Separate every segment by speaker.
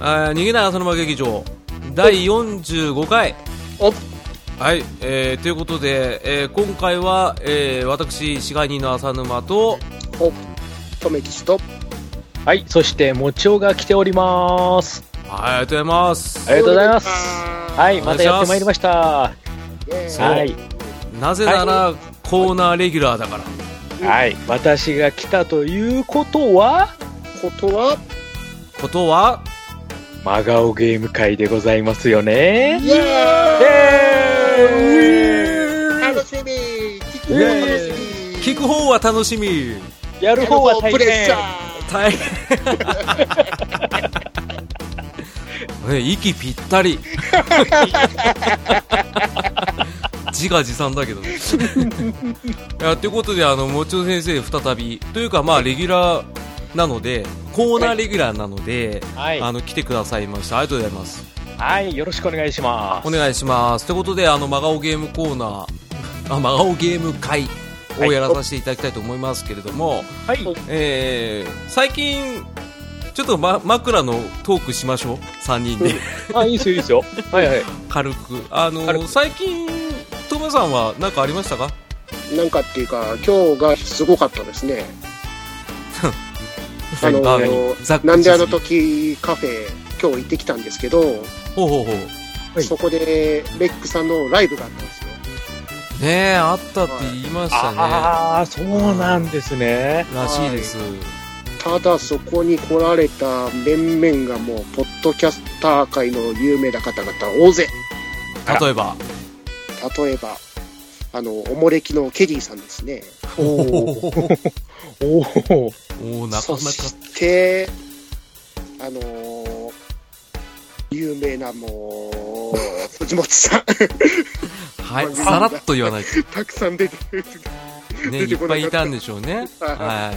Speaker 1: ー逃げない朝の間劇場第45回
Speaker 2: お
Speaker 1: はい、えーということで、えー今回は、えー私支配人の浅沼と
Speaker 2: おとめきしと
Speaker 3: はい、そして、もちおが来ております。
Speaker 1: はいありがとうございます
Speaker 3: ありがとうございます
Speaker 2: は
Speaker 3: はい、またやってまいりました。
Speaker 1: そう
Speaker 3: はい、
Speaker 1: なぜなら、コーナーレギュラーだから
Speaker 3: はい、私が来たということは、
Speaker 2: ことは
Speaker 1: ことは
Speaker 3: 真顔ゲーム会でございますよね。
Speaker 2: イエーイ楽しみ聞
Speaker 1: 聞
Speaker 2: くの楽しみ
Speaker 1: く方は楽しみ
Speaker 3: やる方は大
Speaker 2: プレッシ
Speaker 3: 変
Speaker 2: ャ。
Speaker 1: 大変ね息ぴったり自画自賛だけどねいやということであのもちろん先生再びというかまあレギュラーなのでコーナーレギュラーなので、
Speaker 3: はい
Speaker 1: あ、の来てくださいましたありがとうございます
Speaker 3: はい、よろしくお願いします。
Speaker 1: お願いしますということであの真顔ゲームコーナーあ真顔ゲーム会をやらさせていただきたいと思いますけれども、
Speaker 3: はい、
Speaker 1: えー最近ちょっと、ま、枕のトークしましょう3人で
Speaker 3: あ、いいですよ、いいですよ。はいはい。
Speaker 1: 軽くあの
Speaker 3: 軽く
Speaker 1: 最近トムさんは何かありましたか
Speaker 2: ーなんかっていうか今日がすごかったですねあの
Speaker 1: ざっくりざっくり
Speaker 2: なんであの時カフェ今日行ってきたんですけど、
Speaker 1: ほうほうほう
Speaker 3: はい
Speaker 2: そこでレックさんのライブがあったんですよ
Speaker 1: ねえあったって言いましたね、
Speaker 3: ああ、そうなんですね。
Speaker 1: らしいです、
Speaker 2: ただそこに来られた面々がもうポッドキャスター界の有名な方々大勢
Speaker 3: あら
Speaker 1: 例えば
Speaker 2: 例えばあのおもれきのケリーさんですね
Speaker 1: おお
Speaker 3: おお、
Speaker 1: おおなかなか
Speaker 2: そしてあのー有名なもう 藤本さん
Speaker 1: はいさらっと言わないと
Speaker 2: たくさん出てる
Speaker 1: ね
Speaker 2: 出
Speaker 1: い
Speaker 2: て
Speaker 1: っ
Speaker 2: こ
Speaker 1: ぱ
Speaker 2: ないか
Speaker 1: い
Speaker 2: った
Speaker 1: たんでしょうねは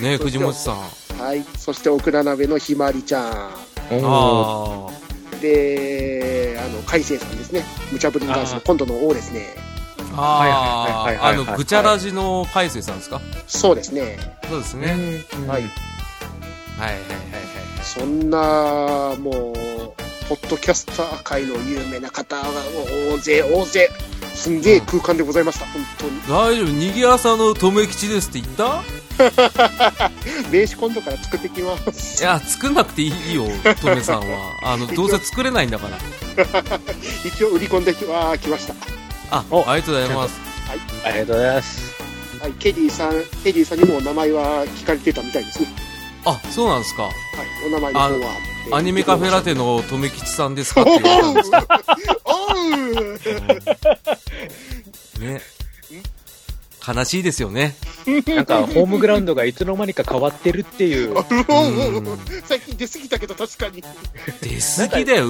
Speaker 1: いねえ
Speaker 2: そして
Speaker 1: 藤本さん
Speaker 2: はいそしてオクラ鍋のひまりちゃ
Speaker 3: お
Speaker 1: ああ
Speaker 2: んであの海星さんですね無茶ぶりダンスの
Speaker 3: あー
Speaker 2: 今度の王ですね
Speaker 1: あ
Speaker 3: はいはいはいはい
Speaker 1: あ
Speaker 3: は
Speaker 1: あ
Speaker 3: い
Speaker 1: のぐちゃらじの海星さんですか
Speaker 2: そうですね
Speaker 1: そうですね、
Speaker 3: ね。
Speaker 2: はい。
Speaker 1: はいはいはい
Speaker 2: そんなもうポッドキャスター界の有名な方が大勢大勢すんげえ空間でございました本当に
Speaker 1: はい大丈夫にぎやさのとめ吉ですって言った
Speaker 2: 名刺今度から作ってきます
Speaker 1: いや作んなくていいよとめさんは あのどうせ作れないんだから
Speaker 2: 一応売り込んできは来ました
Speaker 1: あ
Speaker 3: お
Speaker 1: ありがとうございます
Speaker 3: ありがとうございます。
Speaker 2: はい、ケリーさん、ケリーさんにもお名前は聞かれてたみたいですね。
Speaker 1: あそうなんですか
Speaker 2: はい、お名前の方は。えー
Speaker 1: アニメカフェラ。テのとめ吉さんですかって言われたんです
Speaker 2: おう
Speaker 1: ね悲しいですよね
Speaker 3: なんか、ホームグラウンドがいつの間にか変わってるって いう。
Speaker 2: おう
Speaker 1: うん
Speaker 2: 最近出過ぎたけど確かに。
Speaker 1: 出過ぎだよ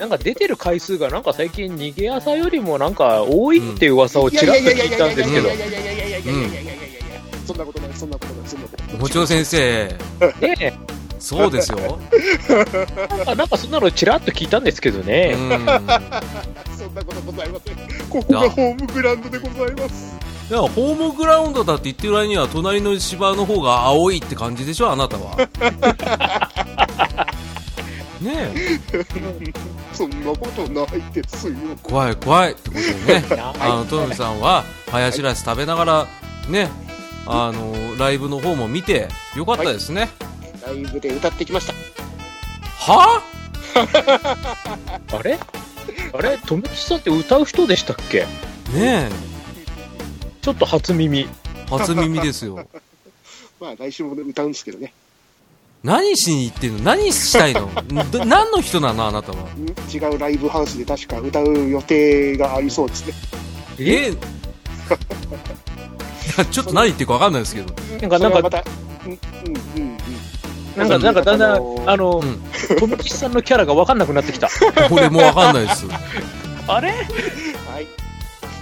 Speaker 3: なんか出てる回数がなんか最近逃げ朝よりもなんか多いっていう噂をちらっと聞いたんですけど
Speaker 2: い。やいやいやいやいやいやいやいやいやいやいやいやいやいやいやいやいやそんなことない、そんなことない、そんなことない。
Speaker 1: もちろん先生
Speaker 3: ね
Speaker 1: そうですよ
Speaker 3: なんかなんかそんなのちらっと聞いたんですけど
Speaker 1: う
Speaker 3: ね。
Speaker 1: ん
Speaker 2: そんなことございません。ここがホームグラウンドでございます。
Speaker 1: いやホームグラウンドだって言ってる割には隣の芝の方が青いって感じでしょあなた はねえ
Speaker 2: そんなことないですよ。
Speaker 1: 怖い怖いってことでね
Speaker 3: な
Speaker 1: あのトムさん はハヤシライス食べながらねあのライブの方も見てよかったですね、
Speaker 2: ライブで歌ってきました。
Speaker 1: は
Speaker 3: あれあれとめきちさんって歌う人でしたっけ
Speaker 1: あね
Speaker 3: ちょっと初耳。
Speaker 1: え初耳です よ
Speaker 2: まあ来週も歌うんですけどね。
Speaker 1: 何しに行ってんの何した いのど何の人なのあなたは
Speaker 2: ん違うライブハウスで確か歌う予定がありそうですね。
Speaker 1: え ちょっと何言ってるか分かんないですけど
Speaker 3: なんか、なん
Speaker 2: ま
Speaker 3: か、
Speaker 2: た、うん、うん、うん。
Speaker 3: なんか、なんかだんだ
Speaker 2: あの
Speaker 3: ん、あの
Speaker 1: う、ん
Speaker 3: とめきちさんのキャラがわかんなくなってきた。
Speaker 1: 俺も分かんない です
Speaker 3: あれ
Speaker 2: はい。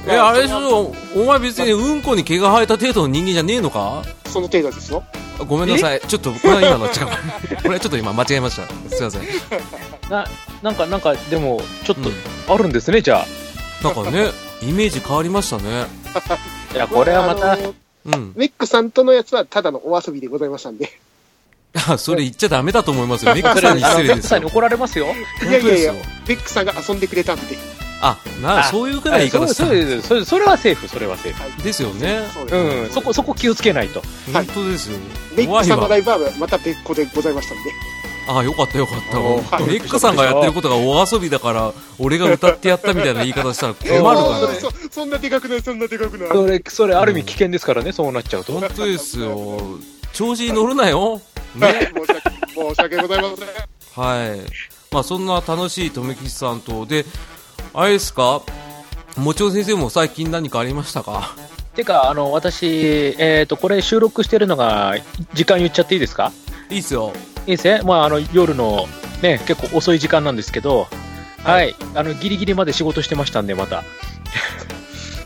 Speaker 1: え、あれでし
Speaker 2: その
Speaker 1: ょお前別にうんこに毛が生えた程度の人間じゃねえのか
Speaker 2: その程度ですよ。
Speaker 1: あごめんなさい。ちょっと、これは今のは違う。こ れはちょっと今間違えました。すいません。
Speaker 3: な、なんか、なんか、でも、ちょっ
Speaker 1: うん
Speaker 3: と、あるんですね、じゃあ。
Speaker 1: なんかね、イメージ変わりましたね。
Speaker 3: いや、これはま
Speaker 2: あ
Speaker 3: た、
Speaker 2: の
Speaker 1: うん。
Speaker 2: メックさんとのやつはただのお遊びでございましたんで。
Speaker 1: あそれ言っちゃダメだと思い ますよ。メック
Speaker 3: そ
Speaker 1: さ
Speaker 3: れ、
Speaker 1: んに失
Speaker 3: ベッ
Speaker 1: 礼
Speaker 3: ク
Speaker 1: です
Speaker 3: さんに
Speaker 1: よ。
Speaker 3: 怒られますよ。
Speaker 2: いやいやいや
Speaker 1: 本当ですよ、
Speaker 2: ベックさんが遊んでくれたんで。
Speaker 1: あ、な、
Speaker 3: あ
Speaker 1: そういうくらい言い方した
Speaker 3: そ
Speaker 1: ん
Speaker 3: う
Speaker 1: で
Speaker 3: です。それそれはセーフ、それはセーフ。
Speaker 2: はい
Speaker 1: ですよね。
Speaker 2: そうです
Speaker 3: うん、そこ、そこ気をつけないと。
Speaker 2: は
Speaker 1: 本
Speaker 2: い
Speaker 1: 当ですよ。
Speaker 2: ベッ
Speaker 1: 怖
Speaker 2: ク
Speaker 1: い
Speaker 2: さんの
Speaker 1: わ
Speaker 2: ラ。イブはまた別個でございましたんで。
Speaker 1: あ、よかったよかった。
Speaker 3: お
Speaker 1: 本
Speaker 2: ー
Speaker 1: 当ベックさんがやってることがお遊びだから、俺が歌ってやったみたいな言い方 したら困る
Speaker 3: おー
Speaker 1: か
Speaker 2: そ
Speaker 1: ら
Speaker 2: う
Speaker 1: ね
Speaker 2: そ。うそんなでかくない、そんなでかくない。
Speaker 3: それ、それ、ある意味危険ですからね、そうなっちゃうと。
Speaker 1: 本当ですよ。調子に乗るなよ。
Speaker 2: はい
Speaker 1: ね。
Speaker 2: 申し訳申し訳ございません。
Speaker 1: はい。まあそんな楽しいとめきちさんと、で、あれですかもちろん先生も最近何かありましたか
Speaker 3: てか、あの、私、えっ、と、これ収録してるのが、時間言っちゃっていいですか
Speaker 1: いいっすよ。
Speaker 3: いいですね。まあ、あの、夜の、ね、結構遅い時間なんですけど、はい、あの、ギリギリまで仕事してましたんで、また。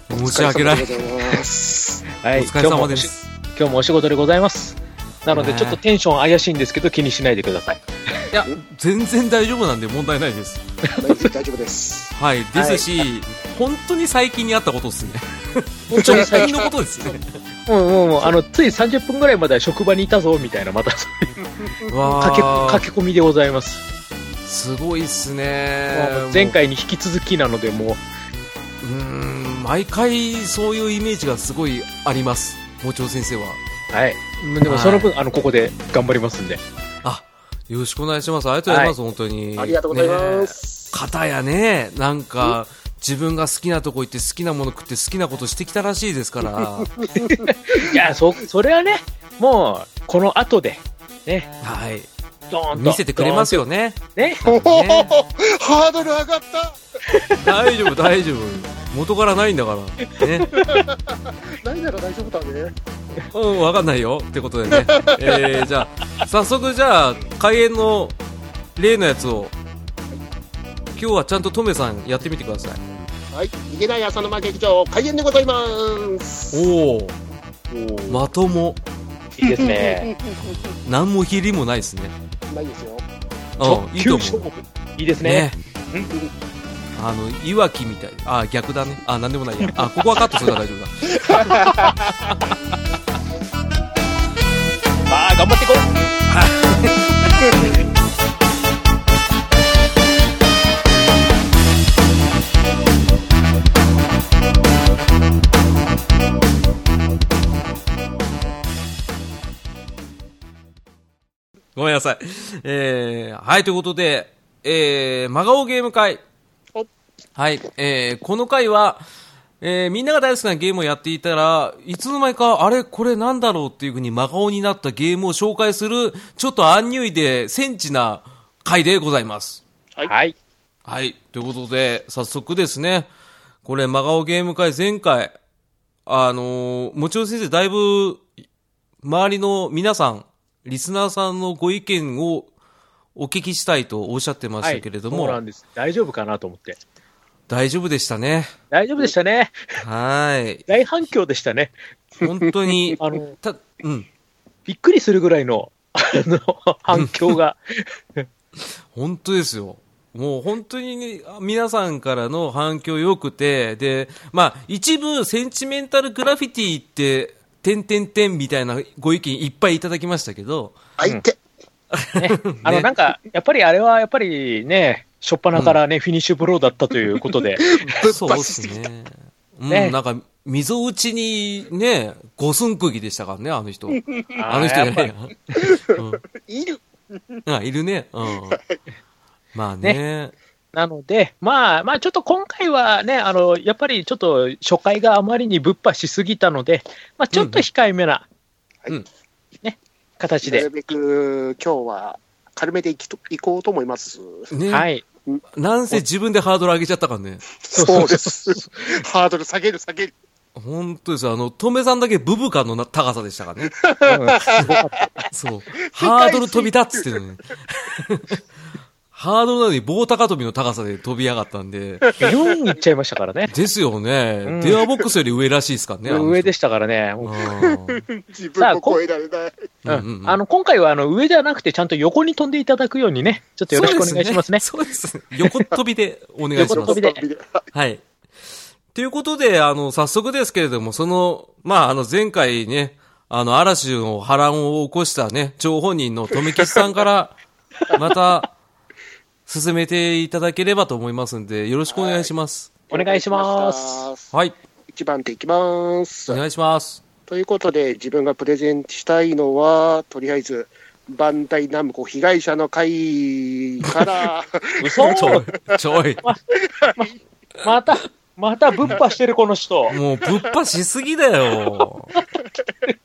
Speaker 1: 申し訳ない
Speaker 2: お。疲れ様でございます。
Speaker 3: は
Speaker 1: お
Speaker 3: い、
Speaker 1: 疲れ様で
Speaker 3: 今日も
Speaker 1: す。
Speaker 3: お仕。今日もお仕事でございます。なので、
Speaker 1: ね
Speaker 3: ちょっとテンション怪しいんですけど、気にしないでください。
Speaker 1: いや、全然大丈夫なんで問題ないです。
Speaker 2: 大丈夫です。
Speaker 1: はい。ですし、本当に最近にあったことですね。
Speaker 3: 本当に
Speaker 1: 直近
Speaker 3: 最近
Speaker 1: のことですね。
Speaker 3: うんうんうん、あの、つい30分ぐらいまでは職場にいたぞ、みたいな、また、駆
Speaker 1: わ
Speaker 3: け、
Speaker 1: ー
Speaker 3: 駆け込みでございます。
Speaker 1: すごいっすね
Speaker 3: まあもう。前回に引き続きなので、もう、
Speaker 1: もう。うーん、毎回そういうイメージがすごいあります。もちろん先生は。
Speaker 3: はい。でも、その分、あの、ここで頑張りますんで。
Speaker 1: あ、よろしくお願いします。ありがとうございます、本当に。
Speaker 2: ありがとうございま
Speaker 1: ね
Speaker 2: す。
Speaker 1: え。方やね、なんか、自分が好きなとこ行って好きなもの食って好きなことしてきたらしいですから。
Speaker 3: いや、そ、それはね、もう、この後で、
Speaker 1: はい。
Speaker 3: ドーンと。
Speaker 1: 見せてくれますよね。
Speaker 3: ドーンと。ね。
Speaker 2: おお
Speaker 1: ね
Speaker 2: ハードル上がった。
Speaker 1: 大丈夫大丈夫元からないんだからね
Speaker 2: ないなら大丈夫だね。
Speaker 1: うん分かんないよってことでねえー、じゃあ早速じゃあ開演の例のやつを今日はちゃんとトメさんやってみてください
Speaker 2: はい、逃げない朝の間劇場開演でございます。
Speaker 1: おおまとも
Speaker 3: いいですね。
Speaker 1: 何もひりもないですね
Speaker 2: ないですよ。
Speaker 1: うんいいと
Speaker 3: 直
Speaker 1: 思
Speaker 3: 球勝負いいです
Speaker 1: う
Speaker 3: ね。
Speaker 1: ねあのいわきみたいあ逆だねあ何でもないやあここはカットするから大丈夫だ
Speaker 3: ああ、頑張っていこう。
Speaker 1: ごめんなさいえー、はいということでえー、真顔ゲーム会
Speaker 2: お
Speaker 1: はい、えー、この回は、えー、みんなが大好きなゲームをやっていたら、いつの間にか、あれ、これなんだろうっていうふうに真顔になったゲームを紹介する、ちょっとアンニュイで、センチな回でございます。
Speaker 2: はい
Speaker 3: はい。
Speaker 1: はい、ということで、早速ですね、これ真顔ゲーム会前回、あのーもちろん先生、だいぶ、周りの皆さん、リスナーさんのご意見をお聞きしたいとおっしゃってましたけれども、
Speaker 3: はいそうなんです。大丈夫かなと思って。
Speaker 1: 大丈夫でしたね。
Speaker 3: 大丈夫でしたね。
Speaker 1: はい。
Speaker 3: 大反響でしたね。
Speaker 1: 本当 に、
Speaker 3: あの、
Speaker 1: た、うん。
Speaker 3: びっくりするぐらいの、あの、反響が。
Speaker 1: 本当ですよ。もう本当にね皆さんからの反響良くて、で、まあ一部センチメンタルグラフィティって、点点点みたいなご意見いっぱいいただきましたけど、
Speaker 2: 相手。
Speaker 3: ね、あの、なんか、やっぱりあれは、やっぱりね、初っ端からね、フィニッシュブローだったということで、
Speaker 2: ぶっ
Speaker 1: そう
Speaker 2: 刺
Speaker 1: で
Speaker 2: し
Speaker 1: す
Speaker 2: すぎた。
Speaker 1: ね。うん、
Speaker 3: ね
Speaker 1: なんか、溝打ちにね、五寸釘でしたからね、あの人。あの人じゃ
Speaker 3: やっぱ
Speaker 1: ない
Speaker 3: り
Speaker 1: や。うん
Speaker 2: いる。
Speaker 1: あ、いるね。うん。まあね。
Speaker 3: なので、まあ、まあ、ちょっと今回はね、あの、やっぱりちょっと初回があまりにぶっ破しすぎたので、まあ、ちょっと控えめな、
Speaker 2: うん
Speaker 1: うん
Speaker 3: ね、
Speaker 2: な
Speaker 3: 形で
Speaker 2: る、べく今日は軽めでいきといこうと思います。
Speaker 1: ね。
Speaker 3: はい。
Speaker 1: なんせ自分でハードル上げちゃったからね。
Speaker 2: そうです。 ハードル下げる下げる。
Speaker 1: 本当ですよ。あの、トメさんだけブブ感のな高さでしたからね。 そう。ハードル飛びだっつってるの に。ハードルなのに棒高跳びの高さで飛び上がったんで。
Speaker 3: ビヨンいっちゃいましたからね。
Speaker 1: ですよね。
Speaker 3: うん
Speaker 1: 電話ボックスより上らしいですからね。あの人
Speaker 3: 上でしたからね。
Speaker 1: うん
Speaker 2: 自分も超えられない。
Speaker 1: う
Speaker 3: うん
Speaker 1: んうん
Speaker 3: あの、今回は、あの、上ではなくて、ちゃんと横に飛んでいただくようにね、ちょっとよろしくお願いしますね。
Speaker 1: そうですそうです横飛びでお願いし
Speaker 3: 横
Speaker 1: ます
Speaker 3: 飛び。で
Speaker 1: はい。ということで、あの、早速ですけれども、その、まあ、あの、前回ね、あの、嵐の波乱を起こしたね、張本人の富吉さんから、また、進めていただければと思いますんで、よろしくお願いします。
Speaker 3: お願いします。
Speaker 1: はい、
Speaker 2: 一番手いきます
Speaker 1: お。願いします。
Speaker 2: ということで、自分がプレゼンしたいのは、とりあえず、バンダイナムコ被害者の会から、
Speaker 3: 嘘
Speaker 1: ちょい、ちょい。
Speaker 3: また、またぶっぱしてる、こ の人。
Speaker 1: もう、ぶっぱしすぎだよ。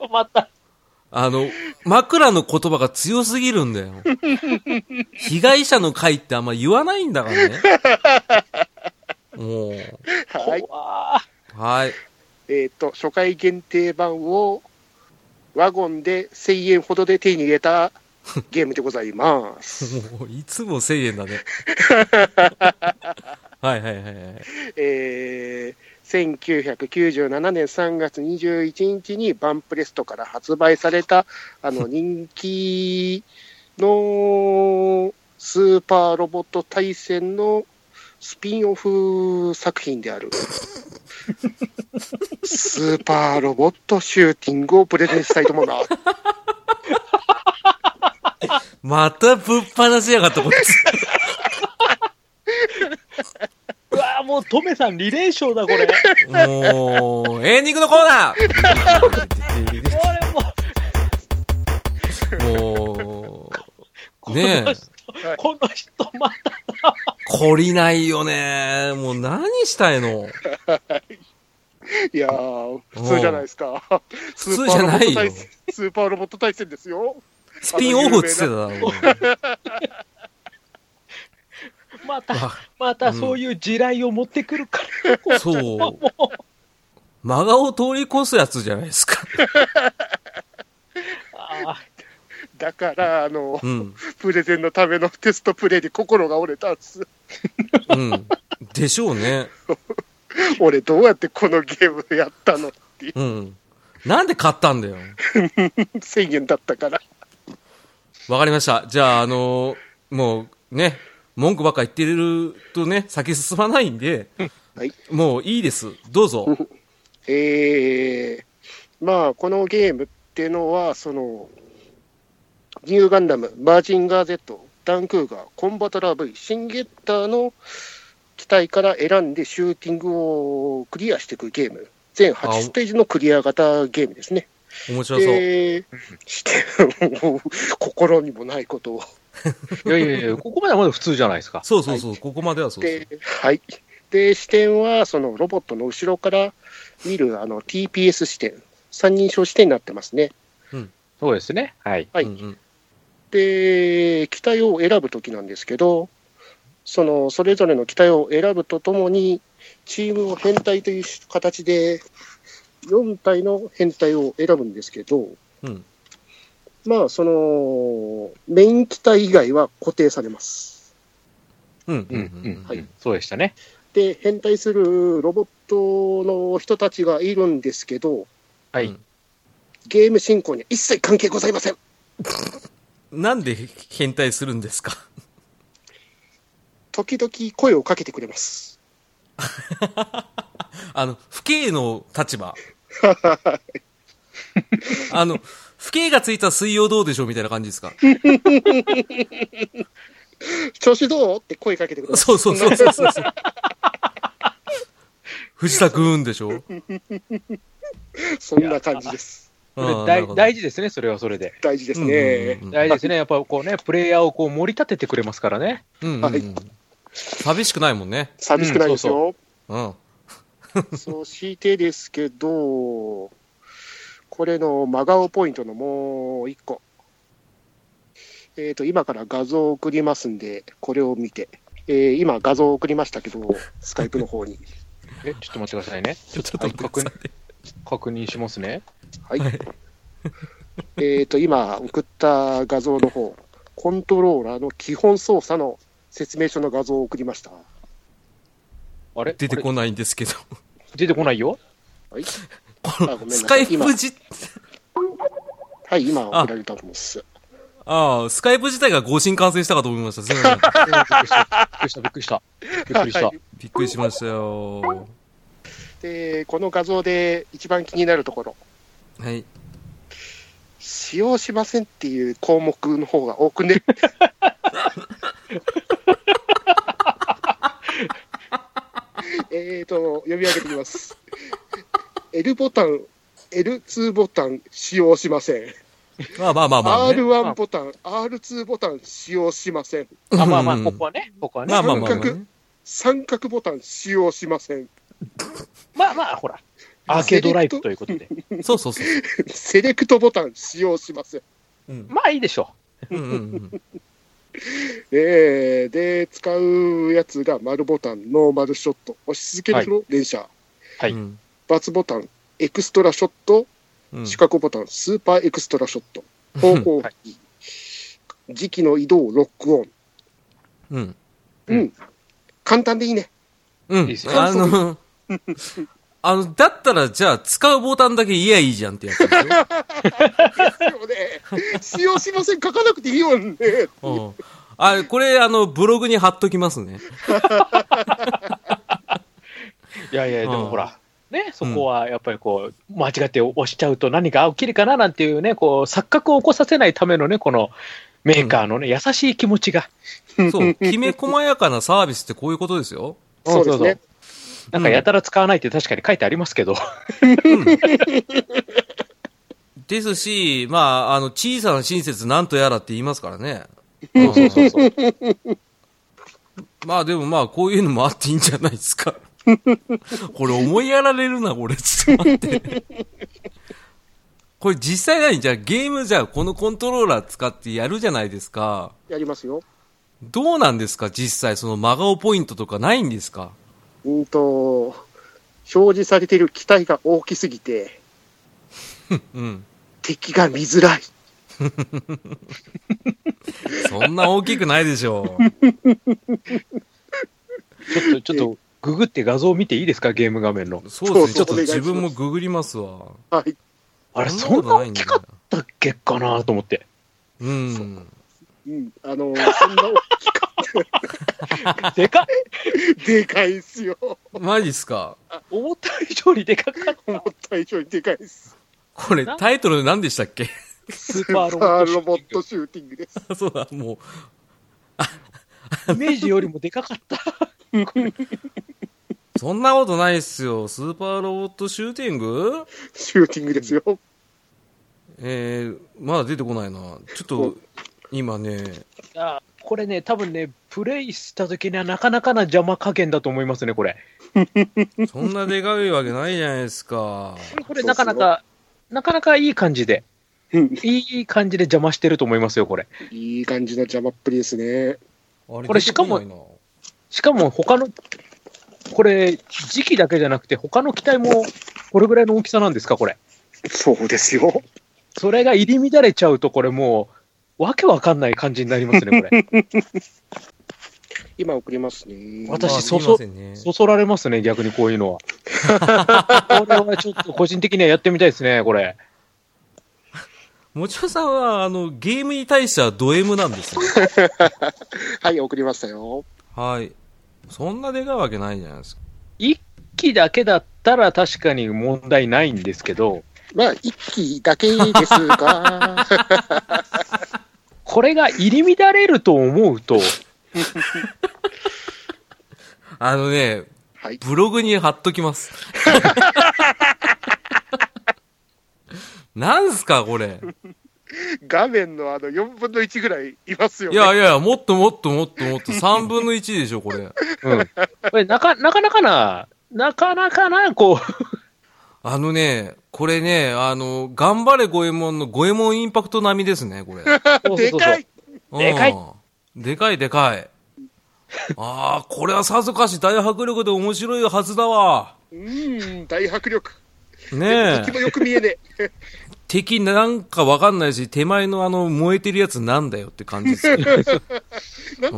Speaker 3: また。
Speaker 1: あの、枕の言葉が強すぎるんだよ。被害者の会ってあんま言わないんだからね。もう、
Speaker 2: はい。
Speaker 3: 怖ー
Speaker 1: はい。
Speaker 2: えっ、と、初回限定版を、ワゴンで1000円ほどで手に入れたゲームでございます。
Speaker 1: もう、いつも1000円だね。はいはいはいはい。
Speaker 2: えー1997年3月21日にバンプレストから発売された、あの人気のスーパーロボット対戦のスピンオフ作品である、スーパーロボットシューティングをプレゼンしたいと思 います。
Speaker 1: またぶっ放しやがった、こっち。
Speaker 3: うわーもうトメさん、リレーションだ、こ れ。こ
Speaker 1: もう、エンディングのコーナ
Speaker 3: れもう
Speaker 1: ーも
Speaker 3: こ
Speaker 1: う、ね
Speaker 3: の
Speaker 1: え
Speaker 3: 人、、この人、また。
Speaker 1: 懲りないよね。もう何したいの
Speaker 2: いやー、普通じゃないですか。
Speaker 1: 普通じゃないよ
Speaker 2: スーパーロボット対戦スーパーロボット対戦ですよ。
Speaker 1: スピンオフっつってただろ。
Speaker 3: また、またそういう地雷を持ってくるから、こ
Speaker 1: そう。真顔を通り越すやつじゃないですか。
Speaker 3: うあ
Speaker 2: だから、あの、
Speaker 1: うん。
Speaker 2: プレゼンのためのテストプレイに心が折れたんです。
Speaker 1: うん。でしょうね。
Speaker 2: 俺どうやってこのゲームやったのっていう
Speaker 1: うん。なんで買ったんだよ。
Speaker 2: 1000円だったから。
Speaker 1: わかりました。じゃあ、あのーもうね、文句ばっか言ってるとね、先進まないんで、
Speaker 2: はい。
Speaker 1: もういいです。どうぞ。
Speaker 2: えー、まあ、このゲームってのは、その、ニューガンダム、マージンガー Z、ダンクーガー、コンバトラー V、シンゲッターの機体から選んでシューティングをクリアしていくゲーム。全
Speaker 1: あお
Speaker 2: 8ステージのクリア型ゲームですね。
Speaker 1: 面白そう。
Speaker 2: で、して、もう心にもないことを。
Speaker 3: いやいやいや、ここまではまだ普通じゃないですか。
Speaker 1: そうそうそう、ここまではそうそう
Speaker 2: で、はい。で、視点は、そのロボットの後ろから見る、あの、TPS 視点、三人称視点になってますね。
Speaker 3: そうですね。はい。
Speaker 2: はい
Speaker 1: うんうん
Speaker 2: で、機体を選ぶときなんですけど、その、それぞれの機体を選ぶとともに、チームを変態という形で、4体の変態を選ぶんですけど、
Speaker 1: うん
Speaker 2: まあ、その、メイン機体以外は固定されます。
Speaker 1: うんう
Speaker 3: うんん
Speaker 1: う
Speaker 3: うん
Speaker 1: ん
Speaker 3: はい。そうでしたね。
Speaker 2: で変態するロボットの人たちがいるんですけど、
Speaker 3: はい。
Speaker 1: うん
Speaker 2: ゲーム進行には一切関係ございません。
Speaker 1: うん。なんで変態するんですか
Speaker 2: 時々声をかけてくれます。
Speaker 1: あの、不敬の立場。あの、不敬がついた水曜どうでしょうみたいな感じですか
Speaker 2: 調子どうって声かけてくれます。
Speaker 1: そうそうそうそうそうそう。藤田くんでしょ
Speaker 2: そんな感じです。
Speaker 3: それ
Speaker 1: うんなる
Speaker 3: 大
Speaker 1: ほど
Speaker 3: 大事ですね、それはそれで。
Speaker 2: 大事です
Speaker 1: うん
Speaker 2: ね
Speaker 1: う。んうん
Speaker 3: 大事ですね。やっぱこうね、プレイヤーをこう盛り立ててくれますからね。
Speaker 1: うんうんうん
Speaker 2: はい
Speaker 1: 寂しくないもんね。
Speaker 2: 寂しくないですよ。
Speaker 1: うん。
Speaker 2: そしてですけど、これの真顔ポイントのもう一個。えっ、と、今から画像を送りますんで、これを見て。えー今画像を送りましたけど、スカイプの方に。
Speaker 3: え、ちょっと待ってくださいね。
Speaker 1: ちょっと待ってください。
Speaker 3: 確認しますね。
Speaker 2: はい。 えっと、今送った画像の方、コントローラーの基本操作の説明書の画像を送りました。
Speaker 3: あれ
Speaker 1: 出てこ
Speaker 3: あ
Speaker 1: ないんですけど。
Speaker 3: れ出てこないよ。
Speaker 2: はい。
Speaker 1: こ
Speaker 2: あごめん
Speaker 1: の
Speaker 2: なさい
Speaker 1: スカイプ
Speaker 2: 今
Speaker 1: 自、
Speaker 2: はい、今送られたと思います。
Speaker 1: ああ、スカイプ自体が合心完成したかと思いました。すいません。
Speaker 3: びっくりした、びっくりした。びっくりした。
Speaker 2: はい
Speaker 1: びっくりしましたよ。
Speaker 2: で、この画像で一番気になるところ、
Speaker 1: はい。
Speaker 2: 使用しませんっていう項目の方が多くね。えーと、読み上げてみます。L ボタン、L2 ボタン使用しません。
Speaker 1: まあまあまあまあ、ね。
Speaker 2: R1 ボタン、R2 ボタン使用しません。
Speaker 3: あまあまあ、
Speaker 1: うん
Speaker 3: ここはね、ここはね。
Speaker 1: まあまあまあ、まあ
Speaker 2: 三角
Speaker 1: ね。
Speaker 2: 三角ボタン使用しません。
Speaker 3: まあまあ、ほら。アーケードライフということで。
Speaker 1: そうそうそう。
Speaker 2: セレクトボタン使用しません。
Speaker 1: うん
Speaker 3: まあいいでしょ
Speaker 1: うんうん
Speaker 2: えーで、使うやつが丸ボタン、ノーマルショット、押し続けるの連射、
Speaker 3: は
Speaker 1: う
Speaker 3: い
Speaker 1: ん
Speaker 2: バツボタン、エクストラショット、
Speaker 1: うん。
Speaker 2: 四角ボタン、スーパーエクストラショット、方向キー、
Speaker 3: はい
Speaker 2: 時期の移動をロックオン。
Speaker 1: うん。
Speaker 2: うん。
Speaker 3: う
Speaker 2: 簡単でいいね。
Speaker 1: うん。
Speaker 3: いいっすよ
Speaker 1: あの、 あの、だったら、じゃあ、使うボタンだけ言えばいいじゃんってやつですよ。
Speaker 2: で もね、使用しません、書かなくていいよね。
Speaker 1: うんあ、これ、あの、ブログに貼っときますね。
Speaker 3: う。いやいや、で
Speaker 1: うん
Speaker 3: もほら。ね、そこはやっぱりこう、間違って押しちゃうと何か起きるかななんていうね、こう、錯覚を起こさせないためのね、このメーカーのね、優しい気持ちが。
Speaker 1: そう。きめ細やかなサービスってこういうことですよ。
Speaker 2: そうですね。
Speaker 3: なんかやたら使わないって確かに書いてありますけど。
Speaker 1: ですし、まあ、あの、小さな親切なんとやらって言いますからね。
Speaker 3: そうそうそうそう。
Speaker 1: まあでもまあ、こういうのもあっていいんじゃないですか。これ思いやられるな、これ。ちょっと待って。これ実際何じゃあゲームじゃあこのコントローラー使ってやるじゃないですか。
Speaker 2: やりますよ。
Speaker 1: どうなんですか実際、その真顔ポイントとかないんですか
Speaker 2: うんと、表示されている機体が大きすぎて、
Speaker 1: うん。
Speaker 2: 敵が見づらい。
Speaker 1: そんな大きくないでしょ
Speaker 3: ちょっと、ちょっと、ググって画像を見ていいですか、ゲーム画面の
Speaker 1: う。。そうですね。ち
Speaker 2: そ
Speaker 1: ょっ
Speaker 2: うそう
Speaker 1: と
Speaker 2: お願いします
Speaker 1: 自分もググりますわ。
Speaker 2: はい。
Speaker 3: あれ、
Speaker 1: ん
Speaker 3: そん
Speaker 1: こと
Speaker 3: な
Speaker 1: い
Speaker 3: 大
Speaker 1: ん
Speaker 3: き
Speaker 1: だ
Speaker 3: かったっけかなと思って。
Speaker 1: うん。
Speaker 2: うん。あの、そんな大きかっ
Speaker 3: でかっ
Speaker 2: た。 でかいっすよ。
Speaker 1: マジっすか
Speaker 3: 思った以上にでかかっ
Speaker 2: 思った以上にでかいです。
Speaker 1: これ
Speaker 3: な
Speaker 1: タイトル何でしたっけ
Speaker 3: た。ス
Speaker 2: ス
Speaker 3: ー
Speaker 2: ーパ
Speaker 3: パ
Speaker 2: ー
Speaker 3: ー
Speaker 2: ロ
Speaker 3: ロ
Speaker 2: ボ
Speaker 3: ボ
Speaker 2: ッ
Speaker 3: ッ
Speaker 2: ト
Speaker 3: ト
Speaker 2: シューティングです。
Speaker 1: そうだ、も
Speaker 3: シング。イメージよりもでかか った。
Speaker 1: う。そんなことないっすよ。スーパーロボットシューティング
Speaker 2: シューティングですよ。
Speaker 1: えー、まだ出てこないな。ちょっと、今ね、
Speaker 3: あこれね、多分ね、プレイした時にはなかなかな邪魔加減だと思いますね、これ。
Speaker 1: そんなでかいわけないじゃないですか。
Speaker 3: これ、なかなか、なかなかいい感じで、
Speaker 2: うん
Speaker 3: いい感じで邪魔してると思いますよ、これ。
Speaker 2: いい感じの邪魔っぷりですね。
Speaker 1: あれ
Speaker 3: これしかも
Speaker 1: 出てこ
Speaker 3: しかも、他の、これ、時期だけじゃなくて、他の機体も、これぐらいの大きさなんですか、これ。
Speaker 2: そうですよ。
Speaker 3: それが入り乱れちゃうと、これもう、わけわかんない感じになりますね、これ。
Speaker 2: 今送りますね。
Speaker 1: ないな
Speaker 3: 私
Speaker 1: まあ
Speaker 3: そ
Speaker 1: すい
Speaker 3: そ
Speaker 1: ませんね
Speaker 3: そそられますね、逆にこういうのは。これはちょっと個人的にはやってみたいですね、これ。
Speaker 1: もちろんさんは、あの、ゲームに対してはド M なんですよ。
Speaker 2: はい、送りましたよ。
Speaker 1: はい。そんなでかいわけないじゃないですか。
Speaker 3: 一機だけだったら確かに問題ないんですけど、
Speaker 2: まあ、一機だけです が、
Speaker 3: これが入り乱れると思うと、
Speaker 1: あのね、
Speaker 2: はい。
Speaker 1: ブログに貼っときます。 なんすか、これ。
Speaker 2: 画面のあの4分の1ぐらいいますよ
Speaker 1: いやいやいや、もっともっともっともっと、3分の1でしょ、これ。
Speaker 3: うん、 これなかなかなかな、なかなかな、こ
Speaker 1: あのね、これね、あの、頑張れ五右衛門の五右衛門インパクト並みですね、 これ。
Speaker 3: う、
Speaker 2: でかい
Speaker 1: うんで
Speaker 3: でかい
Speaker 1: かいでかい。ああ、これはさぞかし大迫力で面白いはずだわ。
Speaker 2: うーん、大迫力。
Speaker 1: ね
Speaker 2: 敵も
Speaker 1: え。
Speaker 2: よく見えねえ。
Speaker 1: 敵なんかわかんないし、手前のあの、燃えてるやつなんだよって感じです よ。
Speaker 2: なんで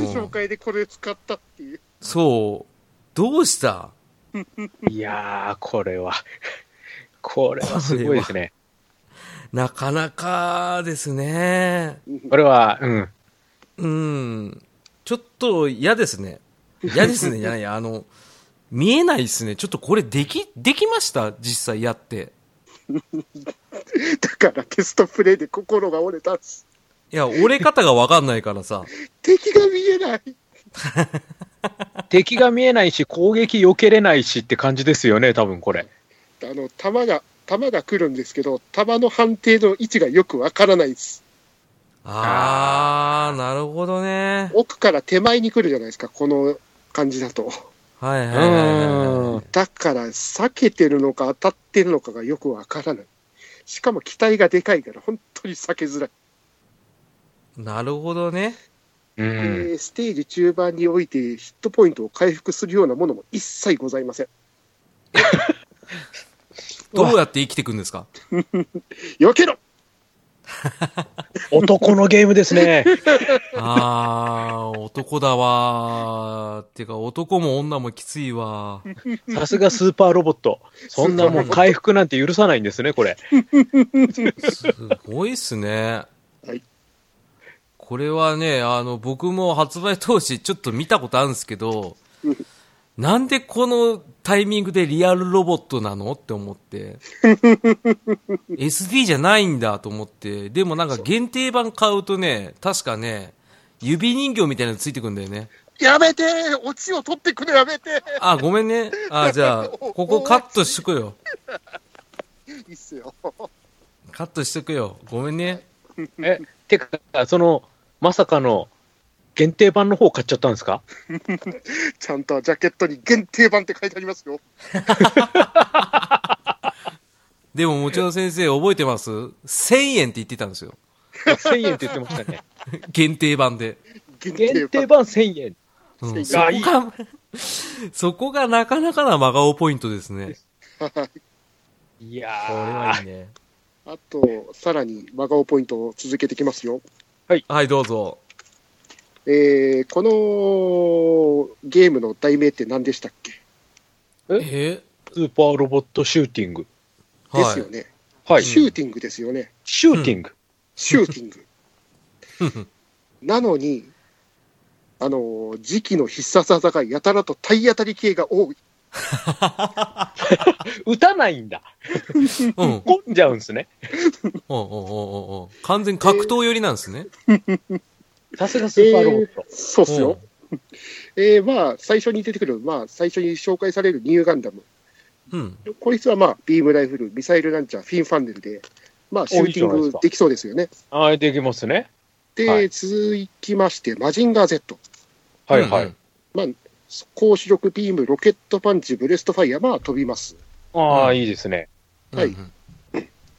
Speaker 2: 紹介でこれ使ったっていう。
Speaker 1: そう。どうした
Speaker 3: そうそういやー、これは、これはすごいですね。
Speaker 1: なかなかですね。
Speaker 3: これは、うん。
Speaker 1: うん。ちょっと嫌ですね。嫌ですね、じゃないや、あの、見えないですね。ちょっとこれでき、できました実際やって。
Speaker 2: だからテストプレイで心が折れたっす。
Speaker 1: いや、折れ方がわかんないからさ。
Speaker 2: 敵が見えない。
Speaker 3: 敵が見えないし、攻撃避けれないしって感じですよね、多分これ。
Speaker 2: あの、弾が、弾が来るんですけど、弾の判定の位置がよくわからないです。
Speaker 1: あー、なるほどね。
Speaker 2: 奥から手前に来るじゃないですか、この感じだと。
Speaker 1: はいはいはいはいは
Speaker 3: う
Speaker 1: い
Speaker 3: ん。
Speaker 2: だから、避けてるのか当たってるのかがよくわからない。しかも機体がでかいから、本当に避けづらい。
Speaker 1: なるほどね。
Speaker 3: うん
Speaker 2: えーステージ中盤においてヒットポイントを回復するようなものも一切ございません。
Speaker 1: どうやって生きていくんですか
Speaker 2: 避けろ
Speaker 3: 男のゲームですね。
Speaker 1: あー、男だわー。てか、男も女もきついわー。
Speaker 3: さすがスーパーロボット。そんなもう回復なんて許さないんですね、これ。
Speaker 1: すごいっすね。
Speaker 2: はい
Speaker 1: これはね、あの、僕も発売当時ちょっと見たことあるんですけど、なんでこのタイミングでリアルロボットなのって思って。SD じゃないんだと思って。でもなんか限定版買うとね、確かね、指人形みたいなのついてくんだよね。
Speaker 2: やめてオチを取ってくれやめて
Speaker 1: あ、ごめんね。あ、じゃあ、ここカットしとくよ。
Speaker 2: いいっすよ。
Speaker 1: カットしとくよ。ごめんね。
Speaker 3: え、てか、その、まさかの限定版の方買っちゃったんですか
Speaker 2: ちゃんとジャケットに限定版って書いてありますよ。
Speaker 1: でも、もちろん先生覚えてます ?1000 円って言ってたんですよ。
Speaker 3: ?1000 円って言ってましたね。
Speaker 1: 限定版で。
Speaker 2: 限
Speaker 3: 限定
Speaker 2: 版。
Speaker 3: 版1000円。
Speaker 1: う
Speaker 2: いや
Speaker 1: ん、そこ
Speaker 3: いい
Speaker 1: が、そこがなかなかな真顔ポイントですね。
Speaker 3: いや
Speaker 1: これは
Speaker 3: ー
Speaker 1: いいね。
Speaker 2: あと、さらに真顔ポイントを続けてきますよ。
Speaker 1: はい、どうぞ。
Speaker 2: えー、このゲームの題名って何でしたっけ、
Speaker 1: え
Speaker 3: スーパーロボットシューティング。
Speaker 2: ですよ
Speaker 1: は
Speaker 2: ね。
Speaker 3: はい。
Speaker 2: シューティングですよね。
Speaker 3: シューティング。
Speaker 2: シューティング。
Speaker 1: い。
Speaker 2: なのに、あのー、時期の必殺技がやたらと体当たり系が多い。
Speaker 3: 打たないんだ。
Speaker 1: うん。うん、うん、うん、
Speaker 3: 混んじゃうんですね。
Speaker 1: うんうん。完全格闘寄りなんですね。
Speaker 3: さすがスーパーロボット。
Speaker 2: そうっすよ。えー、まあ、最初に出てくる、まあ、最初に紹介されるニューガンダム。
Speaker 1: うん。
Speaker 2: こいつはまあ、ビームライフル、ミサイルランチャー、フィンファンネルで、まあ、シューティングできそうですよね。
Speaker 3: ああ、できますね。
Speaker 2: で、
Speaker 3: はい
Speaker 2: 続きまして、マジンガー Z。
Speaker 3: はいはい。
Speaker 1: うん
Speaker 2: 高視力ビーム、ロケットパンチ、ブレストファイア、まあ、飛びます。
Speaker 3: ああ、
Speaker 1: うん
Speaker 3: いいですね。
Speaker 1: うん。
Speaker 2: はい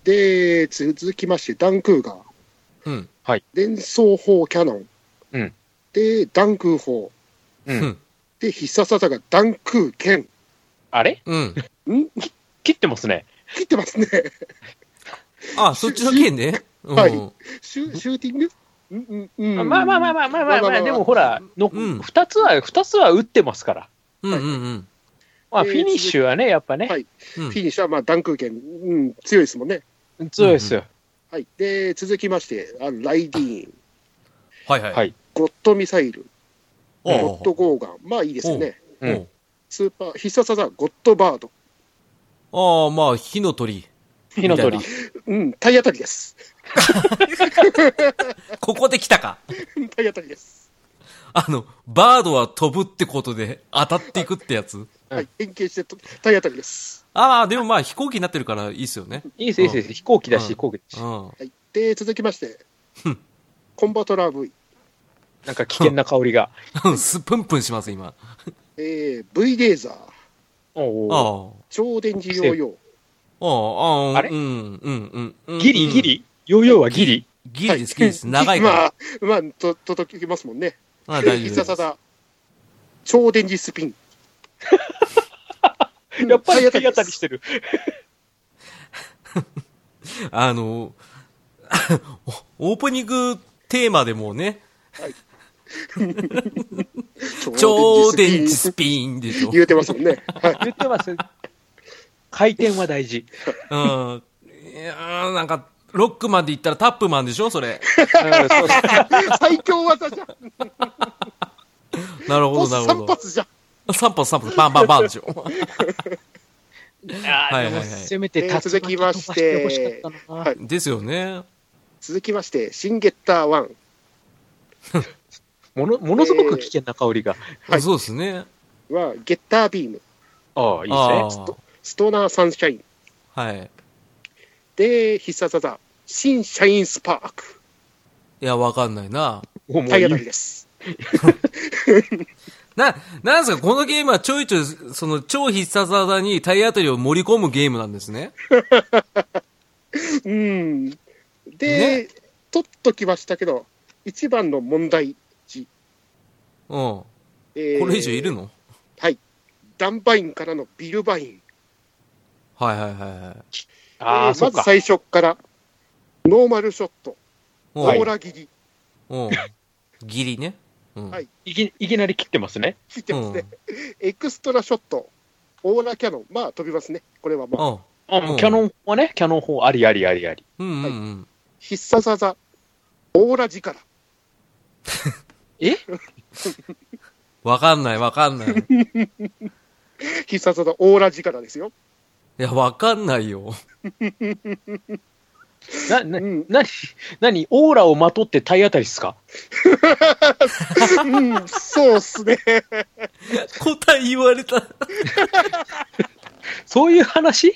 Speaker 2: で、続きまして、ダンクーガー。
Speaker 1: うん。
Speaker 2: 連装砲キャノン。
Speaker 3: うん
Speaker 2: で、ダンクー砲。
Speaker 3: う。
Speaker 1: うんん。
Speaker 2: で、必殺技がダンクー剣。
Speaker 3: あれ
Speaker 1: うん。
Speaker 3: 切ってますね。
Speaker 2: 切ってますね。
Speaker 1: あ、そっちの件ね。うん。
Speaker 2: はいシュシューティングうんうん
Speaker 3: ま
Speaker 2: う
Speaker 3: あ
Speaker 2: ん。
Speaker 3: まあまあまあまあまあまあ、
Speaker 2: まあまあまあ
Speaker 3: でもほら、の
Speaker 1: うん
Speaker 3: 二つは、二つは打ってますから。
Speaker 1: うんうんうん。
Speaker 3: まあ、
Speaker 2: えー
Speaker 3: フィニッシュはね、やっぱね
Speaker 2: は、い
Speaker 1: うん
Speaker 2: フィニッシュはまあダンクー剣、うん、強いですもんね。
Speaker 3: 強いですよ。
Speaker 2: はい。で、続きまして、あライディーン、
Speaker 1: はいはい。
Speaker 3: はい
Speaker 2: ゴッドミサイル、
Speaker 1: おう
Speaker 2: ゴッドゴーガン。まあいいですね。
Speaker 1: おう
Speaker 2: スーパー、必殺技はゴッドバード。
Speaker 1: ああ、まあ、火の鳥。
Speaker 3: 火の鳥
Speaker 1: み。
Speaker 2: うん、体当たりです。
Speaker 1: ここで来たか。
Speaker 2: 体当たりです。
Speaker 1: あの、バードは飛ぶってことで当たっていくってやつ。
Speaker 2: はい。変形してと体当たりです。
Speaker 1: ああ、でもまあ飛行機になってるからいいっすよね。
Speaker 3: いいです、いいです。飛行機だ
Speaker 1: うん
Speaker 3: し、飛行機だし
Speaker 1: う。ん。
Speaker 2: はい。で、続きまして
Speaker 1: ん、
Speaker 2: コンバトラー V。
Speaker 3: なんか危険な香りが。
Speaker 1: うんすぷんぷんします、今。
Speaker 2: えー、V レーザー、
Speaker 3: おう
Speaker 1: ああ。あ
Speaker 3: おう
Speaker 2: 超電磁ヨーヨー。
Speaker 1: あ、ああ、
Speaker 3: あれ
Speaker 1: うん、うん、うんうん。
Speaker 3: ギリギリヨーヨーはギリ
Speaker 1: ギリです、ギリ です。長いから。
Speaker 2: まあ、まあ、と届きますもんね。
Speaker 1: ああ、
Speaker 2: で
Speaker 1: 大
Speaker 2: 必
Speaker 1: 丈夫で
Speaker 2: 殺
Speaker 1: す。
Speaker 2: 技、超電磁スピン。
Speaker 3: やっぱり
Speaker 2: 体
Speaker 3: 体当たり
Speaker 2: です
Speaker 3: してる。
Speaker 1: あの、 オープニングテーマでもね、 超電池スピンでしょ。
Speaker 2: 言うてますもんね。 はい
Speaker 3: 言ってます。回転は大事。
Speaker 1: うん。いやーなんか、ロックマンで言ったらタップマンでしょ、それ。
Speaker 3: うんそうそう
Speaker 2: 最強技じゃん。
Speaker 1: なるほ
Speaker 2: ボ
Speaker 1: ど、
Speaker 2: ス
Speaker 1: なる
Speaker 2: 3
Speaker 1: ほど。
Speaker 2: 発じゃん。
Speaker 1: 3発、3発、バンバンバンでしょ。
Speaker 3: あー
Speaker 1: はいはい
Speaker 3: で
Speaker 1: はい
Speaker 3: もせめて
Speaker 2: えー
Speaker 3: 竜巻飛ばしてほしかったな、
Speaker 2: はい
Speaker 1: ですよね。
Speaker 2: 続きまして、シンゲッター1。
Speaker 3: ものものすごく危険な香りが、
Speaker 2: はい
Speaker 1: そうですね。
Speaker 2: は、ゲッタービーム、
Speaker 3: ああいい
Speaker 1: あ
Speaker 3: ですね
Speaker 1: ー
Speaker 2: ストーナーサンシャイン。
Speaker 1: はい。
Speaker 2: で、必殺技、新シャインスパーク。
Speaker 1: いや、わかんないな。
Speaker 3: もうもう
Speaker 2: 体当たりです。
Speaker 1: な、なんですか、このゲームはちょいちょい、その超必殺技に体当たりを盛り込むゲームなんですね。
Speaker 2: うん。で、取っときましたけど、一番の問題児。
Speaker 1: うん。こ
Speaker 2: えー
Speaker 1: れ以上いるの、
Speaker 2: はい。ダンバインからのビルバイン。
Speaker 1: はいはいはいはい。
Speaker 3: あ
Speaker 2: え
Speaker 3: あ
Speaker 2: ー
Speaker 3: そ
Speaker 2: ま
Speaker 3: う
Speaker 2: ず
Speaker 3: か
Speaker 2: 最初っから、ノーマルショット、
Speaker 1: お
Speaker 2: オ
Speaker 1: う
Speaker 2: ーラギリ、
Speaker 1: おうギリね。うん。
Speaker 2: はい
Speaker 3: いきいきなり切ってますね
Speaker 2: ついてますね。エクストラショット、オーラキャノン、まあ飛びますね。これはまあ、
Speaker 1: おう
Speaker 3: あもううんキャノン砲はねキャノン砲ありありありあり
Speaker 1: うんうんうん。
Speaker 2: 必殺技、オーラ力。
Speaker 3: え
Speaker 1: わかんないわかんない。い
Speaker 2: 必殺技、オーラ力で すよ。
Speaker 1: や、わかんない よ。
Speaker 3: な、な、
Speaker 2: うん
Speaker 3: なに、なに、オーラをまとって体当たりっすか
Speaker 2: うん、そうっすね。
Speaker 1: 答え言われた。
Speaker 3: そういう話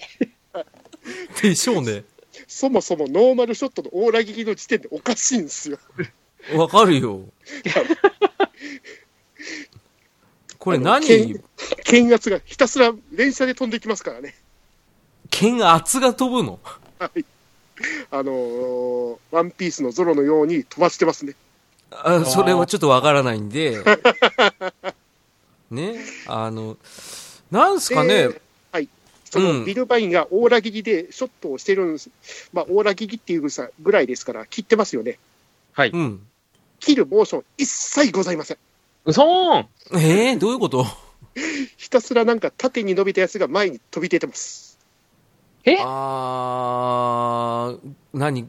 Speaker 1: でしょうね。
Speaker 2: そもそもノーマルショットのオーラギリの時点でおかしいんですよ。
Speaker 1: わかるよ。これ何
Speaker 2: けん剣圧がひたすら連射で飛んできますからね。
Speaker 1: 剣圧が飛ぶの
Speaker 2: あのーワンピースのゾロのように飛ばしてますね。
Speaker 1: あそれはちょっとわからないん で。ねあの、なんすかね、
Speaker 2: ではい。そのビルバインがオーラギリでショットをしてるんです。まあ、オーラギリっていうさぐらいですから、切ってますよね。
Speaker 3: はい。
Speaker 1: うん。
Speaker 2: 切るモーション一切ございません。
Speaker 3: うそーん
Speaker 1: えー、どういうこと
Speaker 2: ひたすらなんか縦に伸びたやつが前に飛び出てます。
Speaker 3: え
Speaker 1: あー、何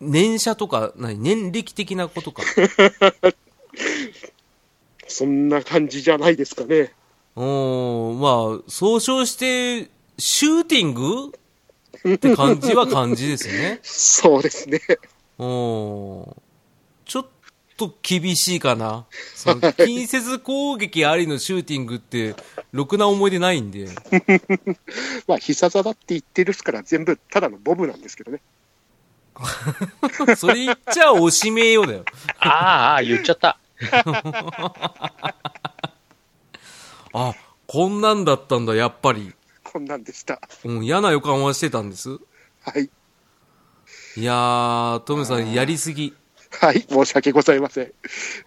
Speaker 1: 年車とか、何年歴的なこと か。
Speaker 2: そんな感じじゃないですかね。
Speaker 1: おー、まあ、総称して、シューティングって感じは感じです ね。
Speaker 2: そうですね。
Speaker 1: おーちょっと厳しいかな。そ の近接攻撃ありのシューティングって、ろくな思い出ないんで。
Speaker 2: まあ、必殺技って言ってるっすから、全部ただのボブなんですけどね。
Speaker 1: それ言っちゃおしめよだよ。
Speaker 3: ああ、ああ、言っちゃった。
Speaker 1: あ、こんなんだったんだ、やっぱり。
Speaker 2: こんなんでした。
Speaker 1: うん、嫌な予感はしてたんです。
Speaker 2: はい。
Speaker 1: いやー、トムさんやりすぎ。
Speaker 2: はい。申し訳ございません。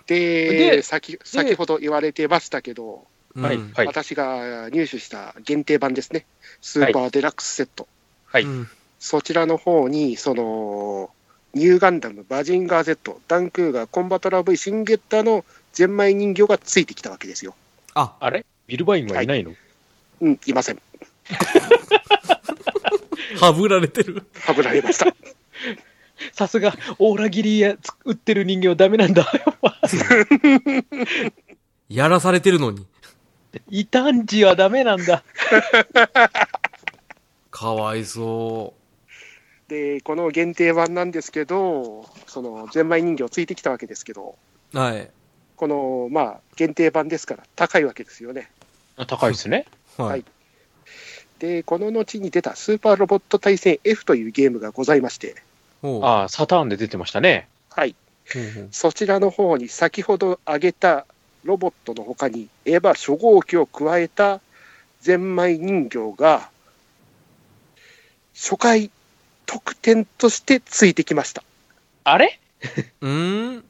Speaker 2: で、
Speaker 3: で
Speaker 2: 先先ほど言われてましたけど、
Speaker 1: うん
Speaker 3: はい、はい、
Speaker 2: 私が入手した限定版ですね。スーパーデラックスセット。
Speaker 3: はい。
Speaker 1: うん
Speaker 2: そちらの方に、その、ニューガンダム、バージンガー Z、ダンクーガー、コンバトラー V、シンゲッターのゼンマイ人形がついてきたわけですよ。
Speaker 1: あ、
Speaker 3: あれビルバインはいないの、
Speaker 2: うん、いません。
Speaker 1: はぶられてる。
Speaker 2: はぶられま した。
Speaker 3: さすが、オーラギリやつ打ってる人形ダメなんだ。 やっぱ
Speaker 1: やらされてるのに。
Speaker 3: 異端児はダメなんだ。
Speaker 1: かわいそ
Speaker 2: で、この限定版なんですけど、その、ゼンマイ人形ついてきたわけですけど、
Speaker 1: う。はい。
Speaker 2: この、まあ、限定版ですから、高いわけですよね。
Speaker 3: 高いですね。
Speaker 1: は
Speaker 2: はいい。で、この後に出たスーパーロボット対戦 F というゲームがございまして、
Speaker 1: ほう
Speaker 3: ああ、サターンで出てましたね。
Speaker 2: はい。
Speaker 1: ほうほう
Speaker 2: そちらの方に先ほど挙げたロボットの他に、エヴァ初号機を加えたゼンマイ人形が、初回特典としてついてきました。
Speaker 3: あれ
Speaker 1: うーん。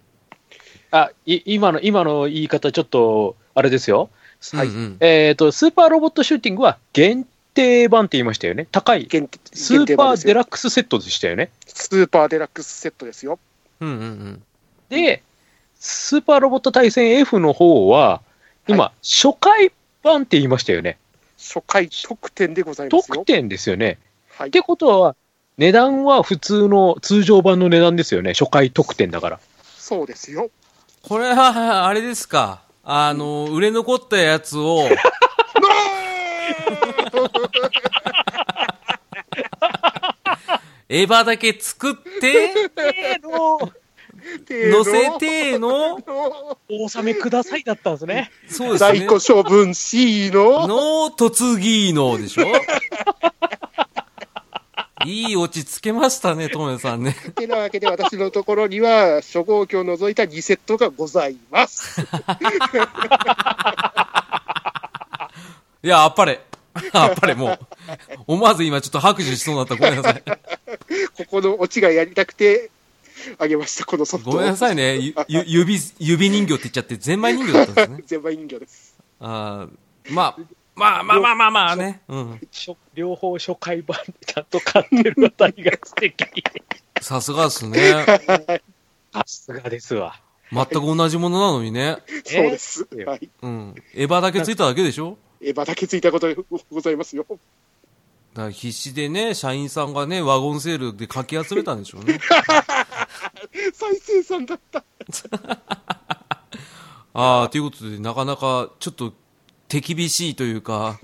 Speaker 3: あ、い、今の、今の言い方ちょっと、あれですよ。
Speaker 2: はい
Speaker 1: うんうん
Speaker 3: えっ、と、スーパーロボットシューティングは限定版って言いましたよね。高い。
Speaker 2: 限定
Speaker 3: スーパーデ
Speaker 2: ラ
Speaker 3: ラックスセットでしたよね。
Speaker 2: スーパーデラックスセットですよ。
Speaker 1: うんうんうん。
Speaker 3: で、スーパーロボット対戦 F の方は、今、初回版って言いましたよね。
Speaker 2: 初回特典でございます
Speaker 3: 特
Speaker 2: よ。
Speaker 3: 典ですよね。
Speaker 2: はい
Speaker 3: っ、てことは、値段は普通の通常版の値段ですよね。初回特典だから。
Speaker 2: そうです よ。
Speaker 1: これは、あれですか。あの、売れ残ったやつを、エヴァだけ作って、
Speaker 3: えーの
Speaker 1: 乗せ ての、
Speaker 3: お納めくださいだったんですね。
Speaker 1: そうです
Speaker 2: 在
Speaker 1: ね
Speaker 2: 庫。処分 C の
Speaker 1: の、嫁ぎのでしょいいオチつけましたね、トメさんね。
Speaker 2: てなわけで私のところには初号機を除いた2セットがございます。
Speaker 1: いや、あっぱれ。あっぱれ、もう。思わず今ちょっと拍手しそうになった。ごめんなさい。
Speaker 2: ここのオチがやりたくてあげました、このソフトを。
Speaker 1: ごめんなさいね。ゆゆ指、指人形って言っちゃって、ゼンマイ人形だったんですね。
Speaker 2: 全売人形です。
Speaker 1: あーまあ、まあまあまあまあまあね。うん。
Speaker 3: 初両方初回版でちゃんと買ってるあたりが素敵。
Speaker 1: さすがですね。
Speaker 3: さすがですわ。
Speaker 1: 全く同じものなのにね。
Speaker 2: そうです。
Speaker 3: え
Speaker 2: はい。
Speaker 1: うん。エヴァだけついただけでしょ
Speaker 2: エヴァだけついたことございますよ。
Speaker 1: だから必死でね、社員さんがね、ワゴンセールでかき集めたんでしょうね。
Speaker 2: 再生産だった。
Speaker 1: ああ、ということで、なかなかちょっと手厳しいという か、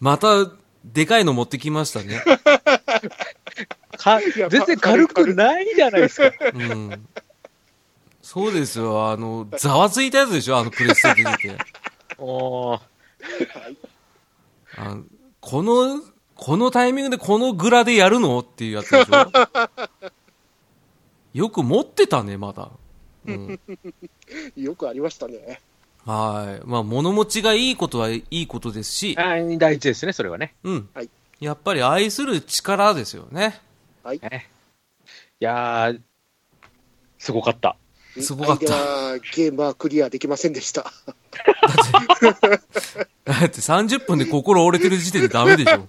Speaker 1: またでかいの持ってきましたね。
Speaker 3: か
Speaker 2: や
Speaker 3: 全然軽くないじゃないですか。
Speaker 1: うん。そうですよ、あの、ざわついたやつでしょ、あのプレステで見て。
Speaker 3: おー
Speaker 1: あのこの、このタイミングでこのグラでやるのっていうやつでし ょ。よく持ってたね、まだ。うん。
Speaker 2: よくありましたね。
Speaker 1: はい。まあ、物持ちがいいことはいいことですし、
Speaker 3: あー大事ですね、それはね。
Speaker 1: うん。
Speaker 2: はい
Speaker 1: やっぱり愛する力ですよね。
Speaker 2: はい。
Speaker 3: ねいやー、すごかった。
Speaker 1: すごかった
Speaker 2: アイデアゲームはクリアできませんでした。
Speaker 1: だって30分で心折れてる時点でダメでしょ。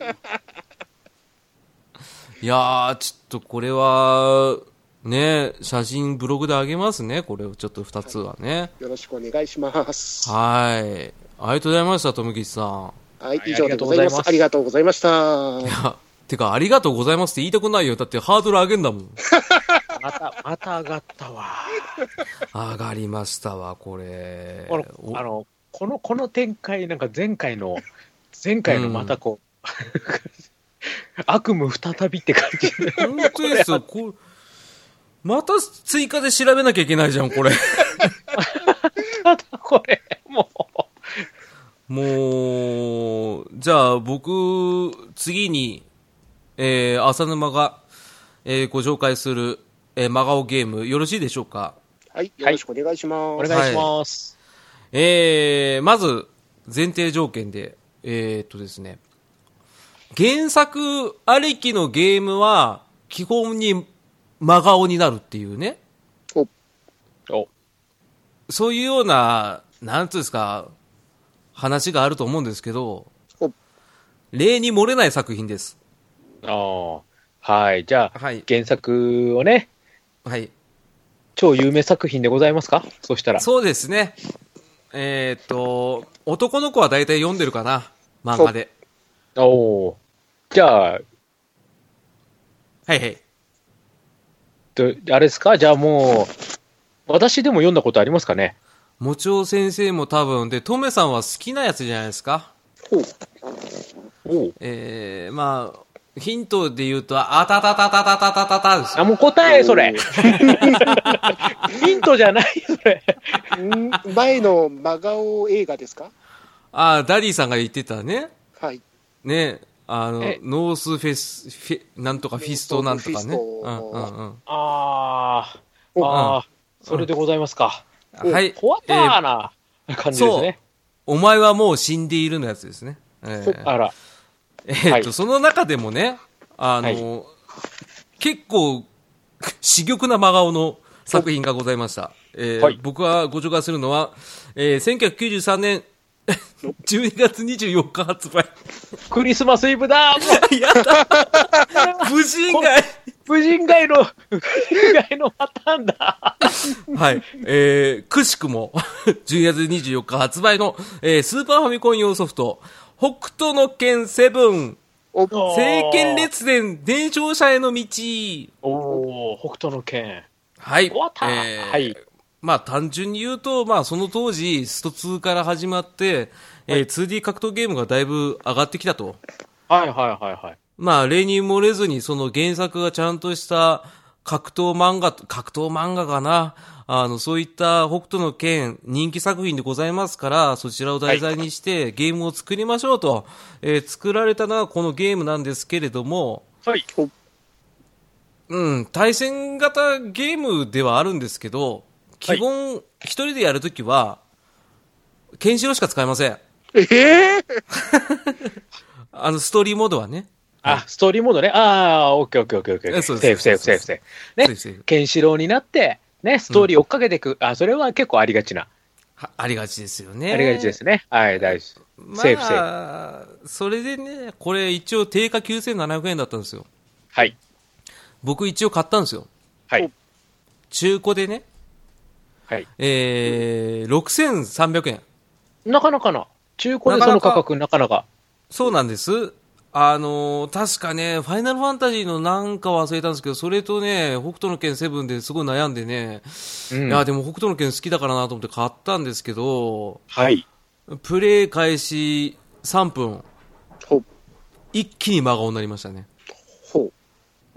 Speaker 1: いやー、ちょっとこれは、ね、写真ブログであげますね、これをちょっと2つはね。
Speaker 2: よろしくお願いします。は
Speaker 1: はい。ありがとうございました、とむきちさん。
Speaker 2: い、以上でございます。
Speaker 3: あ
Speaker 2: あ
Speaker 3: り
Speaker 2: りがとうございました。
Speaker 1: あてか、ありがとうございますって言いたくないよ。だってハードル上げんだもん。
Speaker 3: また、また上がったわ。
Speaker 1: 上がりましたわ、これ。
Speaker 3: この、あの、この、この展開、なんか前 回の、前回のまたこう、 悪夢再びって感じ。
Speaker 1: お本当ですよ。こまた追加で調べなきゃいけないじゃん、これ。
Speaker 3: ただこれ、もう。
Speaker 1: もう、じゃあ僕、次に、えー、浅沼が、えーご紹介する、えー、真顔ゲーム、よろしいでしょうか
Speaker 2: はい、よろしくお願いします。
Speaker 3: お願いします。
Speaker 1: えー、まず、前提条件で、えー、っとですね、原作ありきのゲームは、基本に真顔になるっていうね、
Speaker 2: お
Speaker 3: お
Speaker 1: そういうような、なんつうんですか、話があると思うんですけど、
Speaker 2: お
Speaker 1: 例に漏れない作品です。
Speaker 3: ああ、はい。じゃあ、
Speaker 1: はい。
Speaker 3: 原作をね、
Speaker 1: はい。
Speaker 3: 超有名作品でございますかそした ら。
Speaker 1: そうですね。えーっと、男の子は大体読んでるかな、漫画で。
Speaker 3: おおー。じゃあ、
Speaker 1: はいはい。
Speaker 3: どあれですかじゃあもう、私でも読んだことありますかね
Speaker 1: もちお先生も多分、で、トメさんは好きなやつじゃないですか。
Speaker 2: ほう
Speaker 3: おお。
Speaker 1: えー、まあ、ヒントで言うと、あたたたたたたたたたです
Speaker 3: あ、
Speaker 1: よ。
Speaker 3: もう答え、それ。 ヒントじゃない、それ。
Speaker 2: ん前の真顔映画ですか
Speaker 1: あー、ダディさんが言ってたね。
Speaker 2: はい。
Speaker 1: ね。あの
Speaker 3: え、
Speaker 1: ノースフェス、フェ、なんとかフィストなんとかね。
Speaker 2: ノ
Speaker 1: う
Speaker 2: ー
Speaker 1: んう
Speaker 2: スフィ
Speaker 1: ん
Speaker 2: ス
Speaker 1: うん。
Speaker 3: ああ、
Speaker 2: お
Speaker 3: ああ、それでございますか。
Speaker 2: お
Speaker 1: はい。
Speaker 3: ほわた
Speaker 1: え
Speaker 3: ー
Speaker 1: ー
Speaker 3: な感じですね。
Speaker 1: お前はもう死んでいるのやつですね。えー
Speaker 3: あら、
Speaker 1: えーっと、
Speaker 3: はい
Speaker 1: その中でもね、あの、結構、 珠玉な真顔の作品がございました。えー
Speaker 3: はい
Speaker 1: 僕はご紹介するのは、えー1993年 12月24日発 売。
Speaker 3: クリスマスイブだもう
Speaker 1: やだ無人街
Speaker 3: 無人街の、無人街のパターンだ
Speaker 1: はい。えー、くしくも、10月24日発売の、えースーパーファミコン用ソフト、北斗の剣セブン、
Speaker 2: お
Speaker 1: 聖剣列伝、伝承者への道。
Speaker 3: おお北斗の剣。
Speaker 1: はい。
Speaker 3: 終わった
Speaker 1: えー
Speaker 3: はい
Speaker 1: まあ単純に言うと、まあその当時、スト2から始まって、えー 2D 格闘ゲームがだいぶ上がってきたと。
Speaker 3: はいはいはいはい。
Speaker 1: まあ例に漏れずに、その原作がちゃんとした格闘漫画、格闘漫画かな。あの、そういった北斗の剣人気作品でございますから、そちらを題材にしてゲームを作りましょうと、えー作られたのはこのゲームなんですけれども、
Speaker 3: はい。
Speaker 1: うん、対戦型ゲームではあるんですけど、基本、一人でやるときは、ケンシロウしか使えません。
Speaker 2: ええ
Speaker 1: あの、ストーリーモードはね。
Speaker 3: あ、ストーリーモードね。ああ、オッケーオッケーオッケーオッケー。
Speaker 1: え
Speaker 3: セ
Speaker 1: そう
Speaker 3: ーフ
Speaker 1: です
Speaker 3: セーフセーフセーフ。
Speaker 1: そう
Speaker 3: ね
Speaker 1: で、す
Speaker 3: ケンシロウになって、ね、ストーリー追っかけていく。あ、それは結構ありがちな。
Speaker 1: はありがちですよね。
Speaker 3: ありがちで。すね。はい、大事。
Speaker 1: ま
Speaker 3: セーフセーフ。
Speaker 1: あ、それでね、これ一応定価9700円だったんですよ。
Speaker 3: はい。
Speaker 1: 僕一応買ったんですよ。
Speaker 3: はい。
Speaker 1: 中古でね。
Speaker 3: はい。
Speaker 1: えー、6300円。
Speaker 3: なかなかな。中古で
Speaker 1: な
Speaker 3: そ
Speaker 1: かな
Speaker 3: の
Speaker 1: か
Speaker 3: 価格、なかなか。
Speaker 1: そうなんです。あのー確かね、ファイナルファンタジーのなんか忘れたんですけど、それとね、北斗の剣セブンですごい悩んでね、
Speaker 3: うん
Speaker 1: いや、でも北斗の剣好きだからなと思って買ったんですけど、
Speaker 3: はい。
Speaker 1: プレイ開始3分、
Speaker 2: ほう
Speaker 1: 一気に真顔になりましたね。
Speaker 2: ほ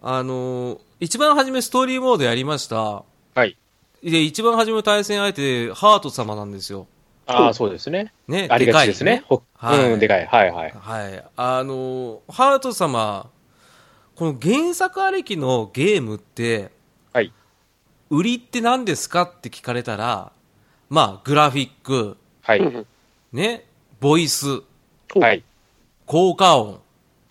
Speaker 1: あのー一番初めストーリーモードやりました。
Speaker 3: はい。
Speaker 1: で、一番初めの対戦相手、ハート様なんですよ。
Speaker 3: ああ、そうですね。
Speaker 1: ね、
Speaker 3: ありがちですね。ほ
Speaker 1: はい
Speaker 3: うん、でかい。はいはい。
Speaker 1: はい。あのーハート様、この原作ありきのゲームって、
Speaker 3: はい。
Speaker 1: 売りって何ですかって聞かれたら、まあ、グラフィック、
Speaker 3: は
Speaker 2: う。う
Speaker 3: い。
Speaker 2: ん
Speaker 1: ね、ボイス、
Speaker 2: ほう
Speaker 3: はい。
Speaker 1: 効果音、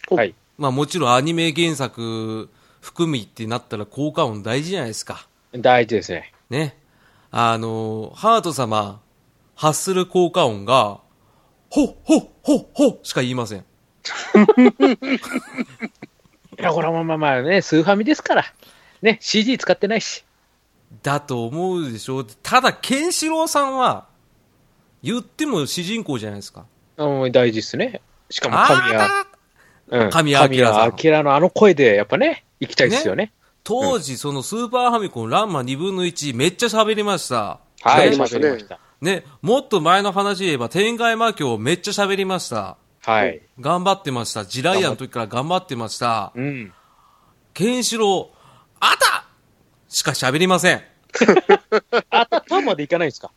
Speaker 2: ほう
Speaker 3: はい。
Speaker 1: まあもちろんアニメ原作含みってなったら効果音大事じゃないですか。
Speaker 3: 大事ですね。
Speaker 1: ね。あのーハート様、発する効果音が、ほっほっほっほっしか言いません。
Speaker 3: いや、これはまあまあまあね、スーファミですから。ね、CG 使ってないし。
Speaker 1: だと思うでしょう。ただ、ケンシロウさんは、言っても主人公じゃないですか。
Speaker 3: うん、大事ですね。しかも
Speaker 1: あ
Speaker 3: 神谷、
Speaker 1: あ
Speaker 3: うん、
Speaker 1: 神谷明さん
Speaker 3: 神谷明のあの声で、やっぱね、行きたいですよね。
Speaker 1: 当時、そのスーパーファミコンランマ2分の1めっちゃ喋りました。
Speaker 3: は
Speaker 2: 喋
Speaker 3: い、
Speaker 2: りましたね
Speaker 3: 喋りました。
Speaker 1: ね、もっと前の話で言えば、天外魔境めっちゃ喋りました。
Speaker 3: はい。
Speaker 1: 頑張ってました。地雷屋の時から頑張ってました。
Speaker 3: うん。
Speaker 1: ケンシロウ、あたしか喋りません。
Speaker 3: あたとまでいかないですか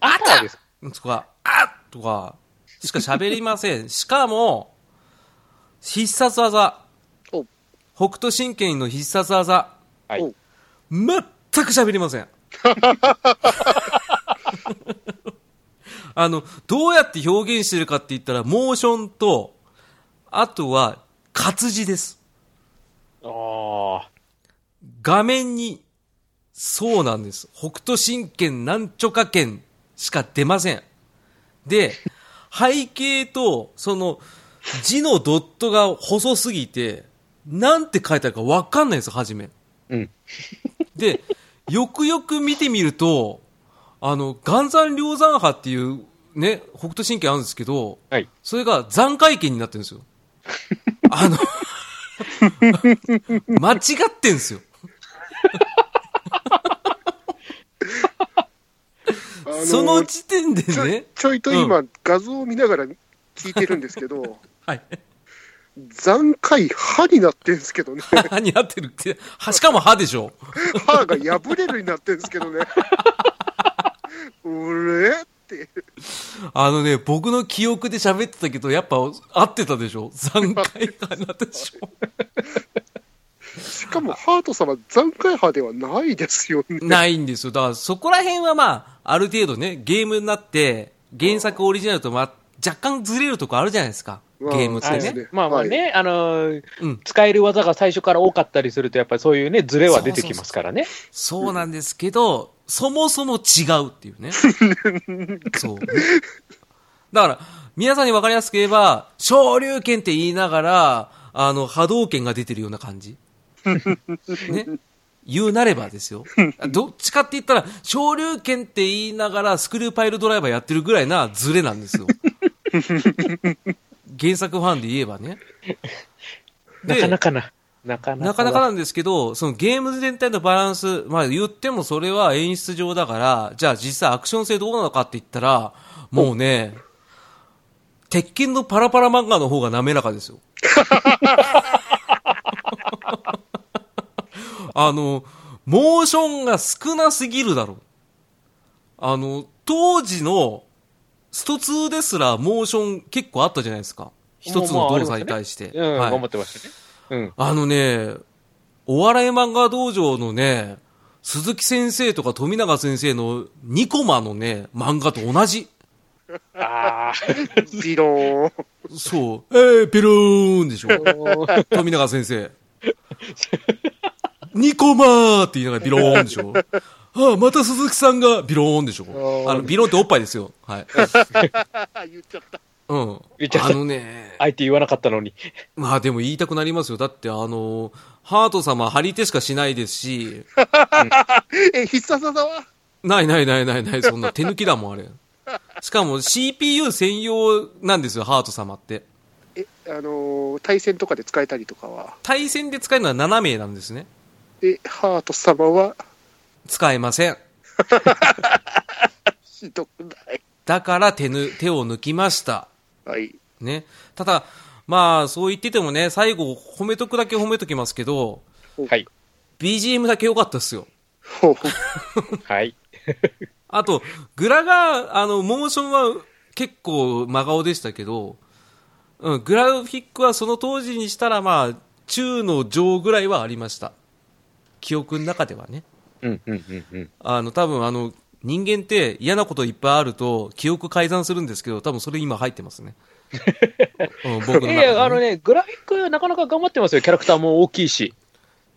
Speaker 3: あたですか
Speaker 1: とか、あとか、しか喋りません。しかも、必殺技。
Speaker 2: ほう
Speaker 1: 北斗神拳の必殺技。
Speaker 3: はい。
Speaker 2: お
Speaker 1: 全く喋りません。あの、どうやって表現してるかって言ったら、モーションと、あとは、活字です。
Speaker 3: ああ。
Speaker 1: 画面に、そうなんです。北斗神拳なんちょか拳しか出ません。で、背景と、その、字のドットが細すぎて、なんて書いてあるかわかんないんですよ、初め。
Speaker 3: うん。
Speaker 1: で、よくよく見てみると、あの、岩山梁山派っていう、ね、北斗神拳あるんですけど、
Speaker 3: はい。
Speaker 1: それが残回拳になってるんですよ。あの、間違ってんすよ。
Speaker 2: あー
Speaker 1: その時点で
Speaker 2: ちょ
Speaker 1: ね。
Speaker 2: ちょいと今、画像を見ながら聞いてるんですけど、
Speaker 1: はい。
Speaker 2: 残骸歯になってんですけどね、
Speaker 1: 歯に合ってるって。はしかも歯でしょ。
Speaker 2: 歯が破れるになってんですけどね、 うれって、
Speaker 1: あのね、僕の記憶で喋ってたけど、やっぱ合ってたでしょ。残回かなでし ょ。
Speaker 2: しかもハート様、残骸歯ではないですよね。
Speaker 1: ないんですよ。だからそこら辺はまあ、ある程度ね、ゲームになって、原作オリジナルとまあ、若干ずれるとこあるじゃないですか。ゲ
Speaker 2: うん
Speaker 1: ームっ
Speaker 2: そう
Speaker 1: て
Speaker 2: です
Speaker 1: ね
Speaker 2: ね。
Speaker 3: まあまあね、あのー
Speaker 1: うん
Speaker 3: 使える技が最初から多かったりすると、やっぱりそういうね、ズレは出てきますからね。
Speaker 1: そうなんですけど、そもそも違うっていうね。そう。だから、皆さんに分かりやすく言えば、昇竜拳って言いながら、あの、波動拳が出てるような感じ。ね。言うなればですよ。どっちかって言ったら、昇竜拳って言いながら、スクリューパイルドライバーやってるぐらいなズレなんですよ。原作ファンで言えばね。
Speaker 3: なかなかな。なかな
Speaker 1: な
Speaker 3: か
Speaker 1: かなか
Speaker 3: は
Speaker 1: なんですけど、そのゲーム全体のバランス、まあ言ってもそれは演出上だから、じゃあ実際アクション性どうなのかって言ったら、もうね、鉄拳のパラパラ漫画の方が滑らかですよ。 あの、モーションが少なすぎるだろう。あの、当時のスト2ですらモーション結構あったじゃないですか。一つの動作に対して。
Speaker 3: うん、
Speaker 1: はい
Speaker 3: 頑張ってましたね。うん。
Speaker 1: あのね、お笑い漫画道場のね、鈴木先生とか富永先生のニコマのね、漫画と同じ。
Speaker 3: ああ、
Speaker 2: ビローン。
Speaker 1: そう。えー、ピローンでしょ。
Speaker 3: う
Speaker 1: 富永先生。ニコマーって言いながらビローンでしょ。ああ、また鈴木さんがビローンでしょ。
Speaker 3: ー
Speaker 1: あの、ビローンっておっぱいですよ。 はい。
Speaker 2: 言っちゃった。
Speaker 1: うん。
Speaker 3: 言っちゃった
Speaker 1: あのね、
Speaker 3: 相手言わなかったのに。
Speaker 1: まあでも言いたくなりますよ。だってあの、ハート様張り手しかしないですし、
Speaker 2: え、必殺技は
Speaker 1: ないないないないない、そんな手抜きだもん、あれ。しかも CPU 専用なんですよ、ハート様って。
Speaker 2: え、あのー対戦とかで使えたりとかは。
Speaker 1: 対戦で使えるのは7名なんですね。
Speaker 2: え、ハート様は
Speaker 1: 使えません。
Speaker 2: ひどくない。
Speaker 1: だから手ぬ、手を抜きました。
Speaker 2: はい。
Speaker 1: ね。ただ、まあ、そう言っててもね、最後、褒めとくだけ褒めときますけど、
Speaker 3: はい。
Speaker 1: BGM だけ良かったっすよ。
Speaker 2: ほう
Speaker 3: はい。
Speaker 1: あと、グラが、あの、モーションは結構真顔でしたけど、うん、グラフィックはその当時にしたら、まあ、中の上ぐらいはありました。記憶の中ではね。
Speaker 3: うん、うん、うん、うん。
Speaker 1: あの、多分あの、人間って嫌なこといっぱいあると、記憶改ざんするんですけど、多分それ今入ってます ね。うん、僕の中
Speaker 3: い
Speaker 1: で、
Speaker 3: やいや、あの
Speaker 1: ね。
Speaker 3: ね、グラフィックなかなか頑張ってますよ。キャラクターも大きいし。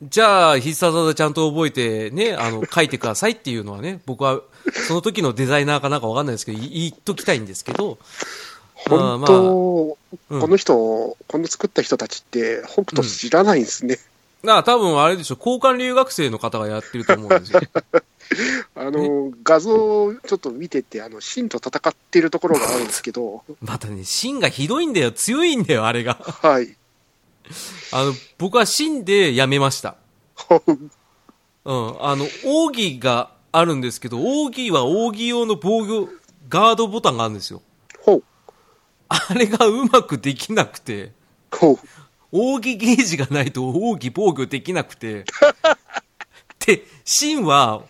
Speaker 1: じゃあ、必殺技ちゃんと覚えてね、あの、書いてくださいっていうのはね、僕は、その時のデザイナーかなんかわかんないですけど、い言っときたいんですけど、
Speaker 2: 本
Speaker 1: まあ
Speaker 2: 当、
Speaker 1: うん
Speaker 2: この人、この作った人たちって、北斗知らないんですね。
Speaker 1: なあ、多分あれでしょ、交換留学生の方がやってると思うんですよ。
Speaker 2: あの、画像をちょっと見てて、あの、真と戦ってるところがあるんですけど、
Speaker 1: またね、芯がひどいんだよ、強いんだよ、あれが。
Speaker 2: はい。
Speaker 1: あの、僕は芯でやめました。
Speaker 2: ほう
Speaker 1: うん。あの、奥義があるんですけど、奥義は奥義用の防御、ガードボタンがあるんですよ。
Speaker 2: ほう、
Speaker 1: あれがうまくできなくて、
Speaker 2: ほう、
Speaker 1: 奥義ゲージがないと奥義防御できなくて。で、芯は、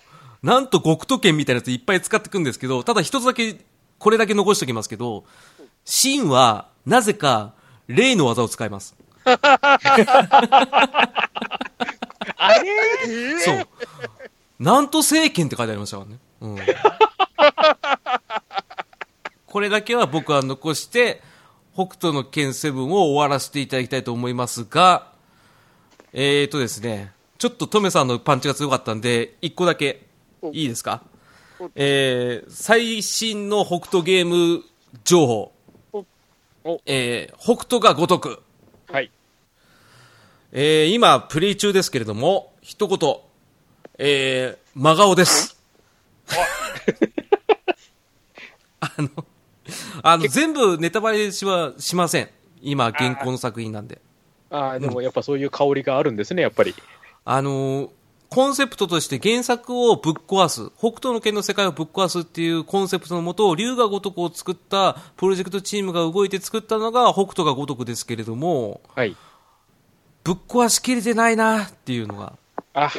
Speaker 1: なんと極都剣みたいなやついっぱい使ってくんですけど、ただ一つだけ、これだけ残しておきますけど、芯は、なぜか、例の技を使います。
Speaker 3: あれ
Speaker 1: そう。なんと政権って書いてありましたからね。うん。これだけは僕は残して、北斗の剣セブンを終わらせていただきたいと思いますが、えーとですね、ちょっとトメさんのパンチが強かったんで、一個だけ、いいですか
Speaker 2: お
Speaker 1: えー、最新の北斗ゲーム情報
Speaker 2: お
Speaker 3: お。
Speaker 1: えー、北斗がごとく。
Speaker 3: はい。
Speaker 1: えー今、プレイ中ですけれども、一言、えー、真顔です。 あの、あの、全部ネタバレしはしません。今、現行の作品なんで。
Speaker 3: ああ、でもやっぱそういう香りがあるんですね、やっぱり。
Speaker 1: あのーコンセプトとして原作をぶっ壊す、北斗の剣の世界をぶっ壊すっていうコンセプトのもと、龍が如くを作ったプロジェクトチームが動いて作ったのが北斗が如くですけれども、
Speaker 3: はい。
Speaker 1: ぶっ壊しきれてないなっていうのが。
Speaker 3: あ、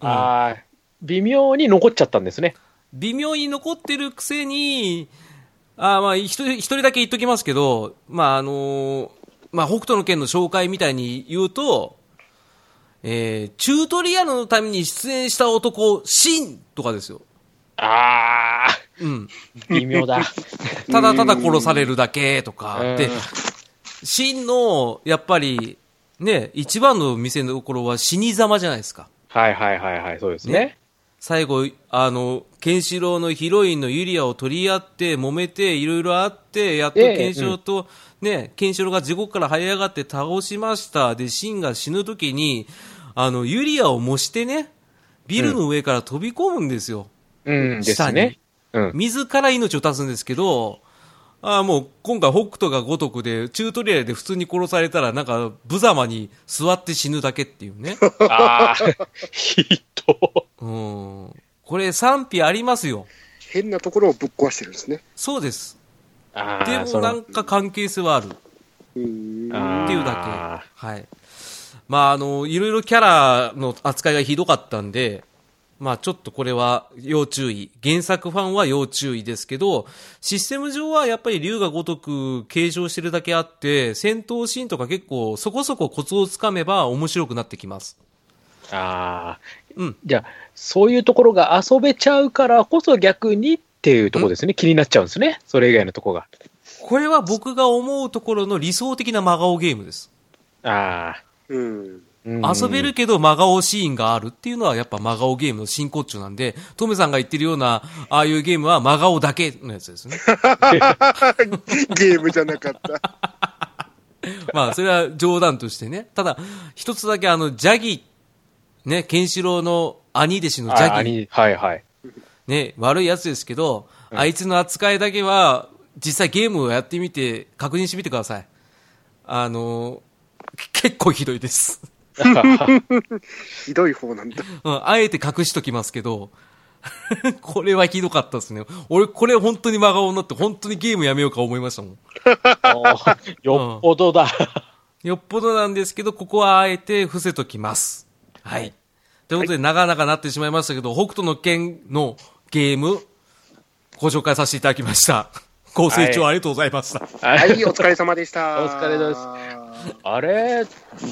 Speaker 3: あー、微妙に残っちゃったんですね。
Speaker 1: 微妙に残ってるくせに、あーまあ、一人一人だけ言っときますけど、まああのーまあ、北斗の拳の紹介みたいに言うと、えー、チュートリアルのために出演した男、シンとかですよ。
Speaker 3: ああ、
Speaker 1: うん。
Speaker 3: 微 妙だ。
Speaker 1: ただただ殺されるだけとか。で
Speaker 3: うん、
Speaker 1: シンの、やっぱり、ね、一番の見せどころは死に様じゃないですか。
Speaker 3: はいはいはいはい、そうですね。
Speaker 1: ね最後、あの、ケンシロウのヒロインのユリアを取り合って、揉めて、いろいろあって、やっと
Speaker 3: ええ
Speaker 1: ケンシロウと、ね、ケンシロウが地獄から這い上がって倒しました。で、シンが死ぬ時に、あの、ユリアを模してね、ビルの上から飛び込むんですよ。
Speaker 3: うんで
Speaker 1: 下
Speaker 3: す
Speaker 1: に
Speaker 3: ね。うん。
Speaker 1: 自ら命を絶つんですけど、ああ、もう今回北斗が如くで、チュートリアルで普通に殺されたら、なんか、無様に座って死ぬだけっていう ね。
Speaker 3: ああ、ひど
Speaker 1: うん。これ賛否ありますよ。
Speaker 2: 変なところをぶっ壊してるんですね。
Speaker 1: そうです。
Speaker 3: あー
Speaker 1: で
Speaker 3: そ
Speaker 1: も
Speaker 3: の
Speaker 1: なんか関係性はある。
Speaker 2: うーん。
Speaker 3: あー
Speaker 1: っていうだけ。はい。まあ、あの、いろいろキャラの扱いがひどかったんで、まあ、ちょっとこれは要注意。原作ファンは要注意ですけど、システム上はやっぱり竜が如く継承してるだけあって、戦闘シーンとか結構そこそこコツをつかめば面白くなってきます。
Speaker 3: ああ、
Speaker 1: うん
Speaker 3: じゃあ、そういうところが遊べちゃうからこそ逆にっていうところですね、気になっちゃうんですね、それ以外のところ
Speaker 1: これは僕が思うところの理想的な真顔ゲームです。
Speaker 3: が。ああ、
Speaker 2: うん。
Speaker 3: うん
Speaker 1: 遊べるけど真顔シーンがあるっていうのはやっぱ真顔ゲームの真骨頂なんで、トメさんが言ってるような、ああいうゲームは真顔だけのやつ ですね。
Speaker 2: ゲームじゃなかった。
Speaker 1: まあ、それは冗談としてね。ただ、一つだけあの、ジャギ、ね、ケンシロウの兄弟子のジ
Speaker 3: あ
Speaker 1: ャギ、
Speaker 3: 兄はいはい。
Speaker 1: ね、悪いやつですけど、あいつの扱いだけは、実際ゲームをやってみて、確認してみてください。あの、け結構ひどいです。
Speaker 2: ひどい方 なんだ。
Speaker 1: うん、あえて隠しときますけど、 これはひどかったですね。俺、これ本当に真顔になって、本当にゲームやめようか思いましたもん。
Speaker 3: おーよっぽどだ。
Speaker 1: よっぽどなんですけど、ここはあえて伏せときます。はい。ということで、長々なってしまいましたけど、北斗の剣のゲーム、ご紹介させていただきま した。ご清聴
Speaker 3: は
Speaker 1: ありがとうございました。
Speaker 2: はい、お疲れ様でした。
Speaker 3: お疲れ様です
Speaker 2: す。
Speaker 3: あれ、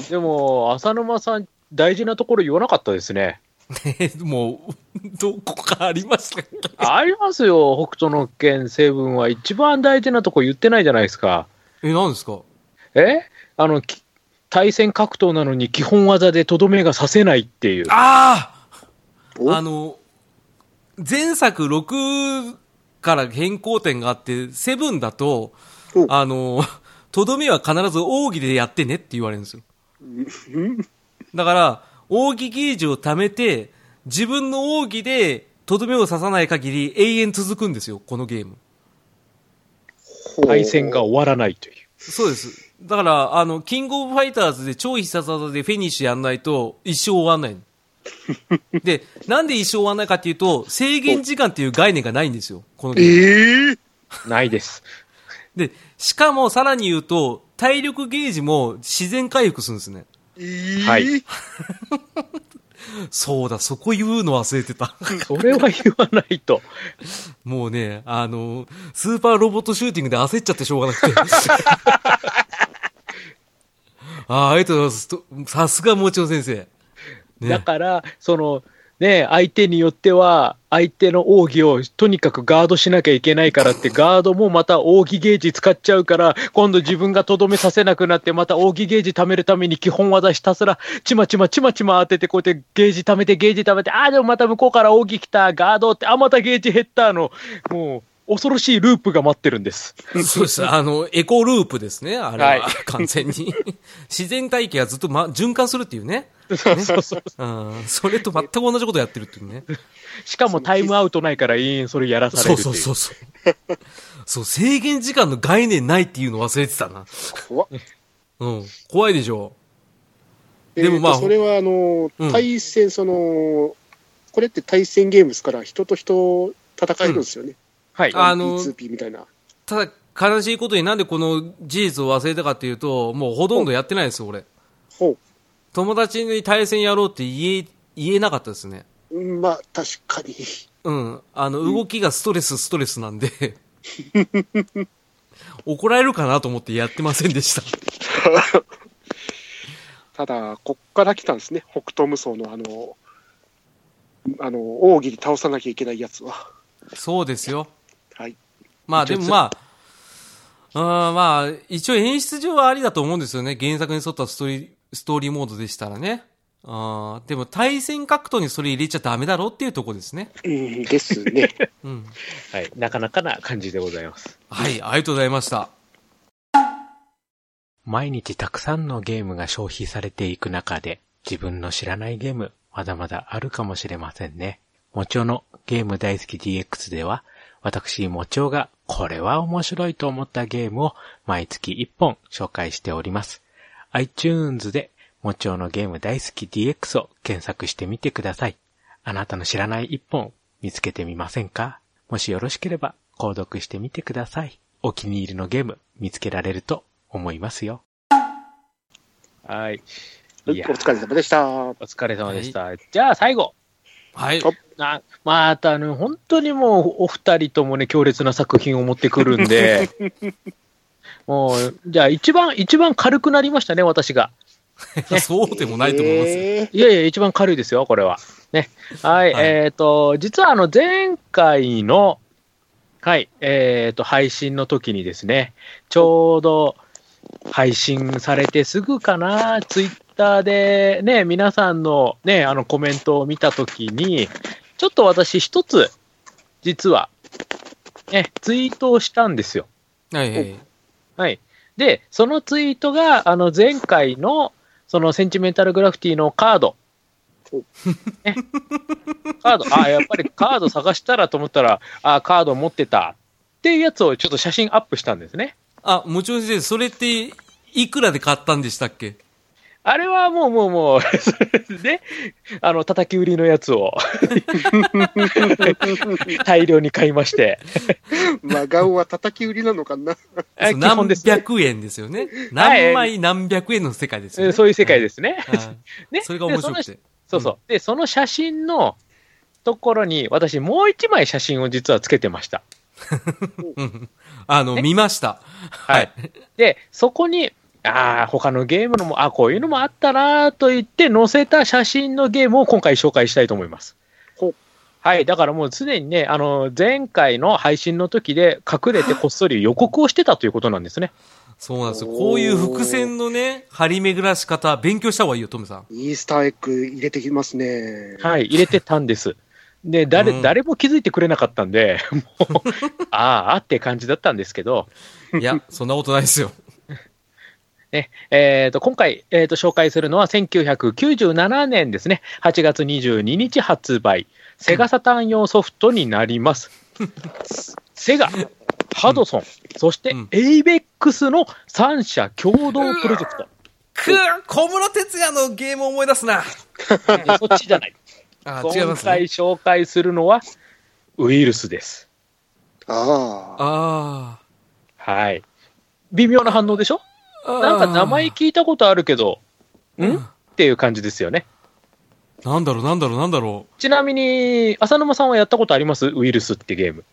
Speaker 3: でも、浅沼さん、大事なところ言わなかったで すね。
Speaker 1: ねもう、どこかありましたっけ
Speaker 3: ありますよ、北斗の拳、セブンは一番大事なとこ言ってないじゃないですか。
Speaker 1: え、何ですか
Speaker 3: えあの、き対戦格闘なのに基本技でとどめがさせないっていう。
Speaker 1: あ
Speaker 2: お
Speaker 1: ああの、前作6から変更点があって、7だと
Speaker 2: お、
Speaker 1: あの、 とどめは必ず奥義でやってねって言われるんですよ。だから、奥義ゲージを貯めて、自分の奥義でとどめを刺さない限り永遠続くんですよ、このゲーム。
Speaker 3: 対戦が終わらないという。
Speaker 1: そうです。だから、あの、キングオブファイターズで超必殺技でフィニッシュやんないと一生終わんないの。で、なんで一生終わんないかっていうと、制限時間っていう概念がないんですよ、このゲーム。
Speaker 2: ええ
Speaker 3: ないです。
Speaker 1: で、しかもさらに言うと、体力ゲージも自然回復するんですね。
Speaker 2: ー
Speaker 3: はい。
Speaker 1: そうだ、そこ言うの忘れてた。
Speaker 3: それは言わないと。
Speaker 1: もうね、あの、スーパーロボットシューティングで焦っちゃってしょうがなくて。あーありがとうございますと。さすがもちろん先生。
Speaker 3: だ
Speaker 1: ね、
Speaker 3: から、その、ね、相手によっては、相手の奥義をとにかくガードしなきゃいけないからって、ガードもまた奥義ゲージ使っちゃうから、今度自分がとどめさせなくなって、また奥義ゲージ貯めるために基本技ひたすら、ちまちまちまちま当てて、こうやってゲージ貯めて、ゲージ貯めて、ああ、でもまた向こうから奥義来た、ガードって、あ、またゲージ減った、の、もう、恐ろしいループが待ってるんです。
Speaker 1: そうです。あの、エコループですね。あれは、
Speaker 3: はい
Speaker 1: 完全に。 自然体系がずっと、ま、循環するっていうね。
Speaker 3: そうそうそう。
Speaker 1: うん。それと全く同じことやってるっていうね。
Speaker 3: しかもタイムアウトないから永遠それやらされる
Speaker 1: そ
Speaker 3: っ
Speaker 1: う
Speaker 3: ていう。
Speaker 1: そうそうそう。そう、制限時間の概念ないっていうの忘れてたな。
Speaker 2: 怖っ
Speaker 1: うん。怖いでしょ。
Speaker 2: で
Speaker 1: で
Speaker 2: も
Speaker 1: も
Speaker 2: ま
Speaker 1: ま
Speaker 2: あ、
Speaker 1: あ
Speaker 2: それはあの
Speaker 1: うん
Speaker 2: 対戦、そのこれって対戦ゲームですから、人と人戦えるんですよね、
Speaker 3: はい。
Speaker 1: ああの
Speaker 2: P2P みたいな。
Speaker 1: ただ、悲しいことになんでこの事実を忘れたかっていうと、もうほとんどやってないですよ、俺。
Speaker 2: ほ
Speaker 1: 友達に対戦やろうって言え、言えなかったですね。
Speaker 2: ううんまあ、確 かに。
Speaker 1: うん。あの、動きがストレス、ストレスなんで、 怒られるかなと思ってやってませんでした。
Speaker 2: ただ、こっから来たんですね、北東無双のあの、あの、奥義で倒さなきゃいけないやつは。
Speaker 1: そうですよ。
Speaker 2: はい。
Speaker 1: まあ
Speaker 3: 一
Speaker 1: で
Speaker 3: 応
Speaker 1: もまあ、あーまあ、一応演出上はありだと思うんですよね。原作に沿ったストーリー、ストーリーモードでしたらね。あーでも対戦格闘にそれ入れちゃダメだろうっていうとこですね。
Speaker 2: うん、ですね。
Speaker 1: うん。
Speaker 3: はい、なかなかな感じでございます。
Speaker 1: はい、ありがとうございました。
Speaker 4: 毎日たくさんのゲームが消費されていく中で、自分の知らないゲーム、まだまだあるかもしれませんね。もちおのゲーム大好き DX では、私、もちおがこれは面白いと思ったゲームを毎月1本紹介しております。iTunes で、もちおのゲーム大好き DX を検索してみてください。あなたの知らない1本を見つけてみませんかもしよろしければ、購読してみてください。お気に入りのゲーム見つけられると思いますよ。
Speaker 3: はい。
Speaker 2: お
Speaker 3: いやー
Speaker 2: 疲れ様でした。
Speaker 3: お疲れ様でした。じゃあ最後。
Speaker 1: はい。
Speaker 2: お
Speaker 3: なまたね、本当にもうお二人ともね、強烈な作品を持ってくるんで、もう、じゃあ一番、一番軽くなりましたね、私が。
Speaker 1: そうでもないと思いますよ。
Speaker 2: えー
Speaker 3: いやいや、一番軽いですよ、これは。ね。はい、
Speaker 1: はい
Speaker 3: えっ、と、実はあの、前回の、はい、えっ、と、配信の時にですね、ちょうど配信されてすぐかな、ツイッターでね、皆さんのね、あのコメントを見た時に、ちょっと私一つ、実は、ね、ツイートをしたんですよ。
Speaker 1: はいはい。
Speaker 3: はい。で、そのツイートが、あの、前回の、その、センチメンタルグラフィティのカード
Speaker 2: お。
Speaker 3: ね、カード、あ、やっぱりカード探したらと思ったら、あ、カード持ってた。っていうやつをちょっと写真アップしたんですね。
Speaker 1: あ、もちろん先生、それって、いくらで買ったんでしたっけ
Speaker 3: あれはもうもうもう、 それで、あの、叩き売りのやつを大量に買いまして、
Speaker 2: 真顔は叩き売りなのかな
Speaker 3: え
Speaker 1: そう
Speaker 3: 基本
Speaker 1: 何
Speaker 3: ですね。
Speaker 1: 百円ですよね。
Speaker 3: はい
Speaker 1: 何枚何百円の世界ですよ
Speaker 3: え
Speaker 1: ね。
Speaker 3: そういう世界ですね。
Speaker 1: はい
Speaker 3: ね、
Speaker 1: それが面白
Speaker 3: で
Speaker 1: くて。
Speaker 3: そうそう。で、その写真のところに、私、もう一枚写真を実はつけてました。
Speaker 1: うんあの、
Speaker 3: ね
Speaker 1: 見ました。
Speaker 3: は
Speaker 1: はいい。
Speaker 3: で、そこに、ああ、他のゲームのも、あこういうのもあったなーと言って、載せた写真のゲームを今回紹介したいと思います
Speaker 2: ほう。
Speaker 3: はい、だからもうすでにね、あの、前回の配信の時で隠れてこっそり予告をしてたということなんですね。
Speaker 1: そうなんですよ。
Speaker 2: おー
Speaker 1: こういう伏線のね、張り巡らし方、勉強した方がいいよ、トムさん。
Speaker 2: イースターエッグ入れてきますね。
Speaker 3: はい、入れてたんです。で、誰、
Speaker 1: うん
Speaker 3: 誰も気づいてくれなかったんで、もう、あーあって感じだったんですけど、
Speaker 1: いや、そんなことないですよ。
Speaker 3: ね、えっ、と、今回、えっ、と、紹介するのは1997年ですね。8月22日発売。セガサターン用ソフトになり ます。セガ、ハドソン、そして
Speaker 1: うん
Speaker 3: エイベックスの3社共同プロジェクト。
Speaker 1: くー小室哲也のゲームを思い出すな。
Speaker 3: いやそっちじゃない。
Speaker 1: あ、違い
Speaker 3: 今
Speaker 1: ますね
Speaker 3: 回。紹介するのはウイルスです。
Speaker 2: ああ。
Speaker 1: あ
Speaker 3: はい。微妙な反応でしょ
Speaker 1: ーあー。
Speaker 3: なんか名前聞いたことあるけど、ん
Speaker 1: うん
Speaker 3: っていう感じですよね。
Speaker 1: なんだろう、なんだろう、なんだろ
Speaker 3: ちなみに、浅沼さんはやったことありますウイルスってゲーム。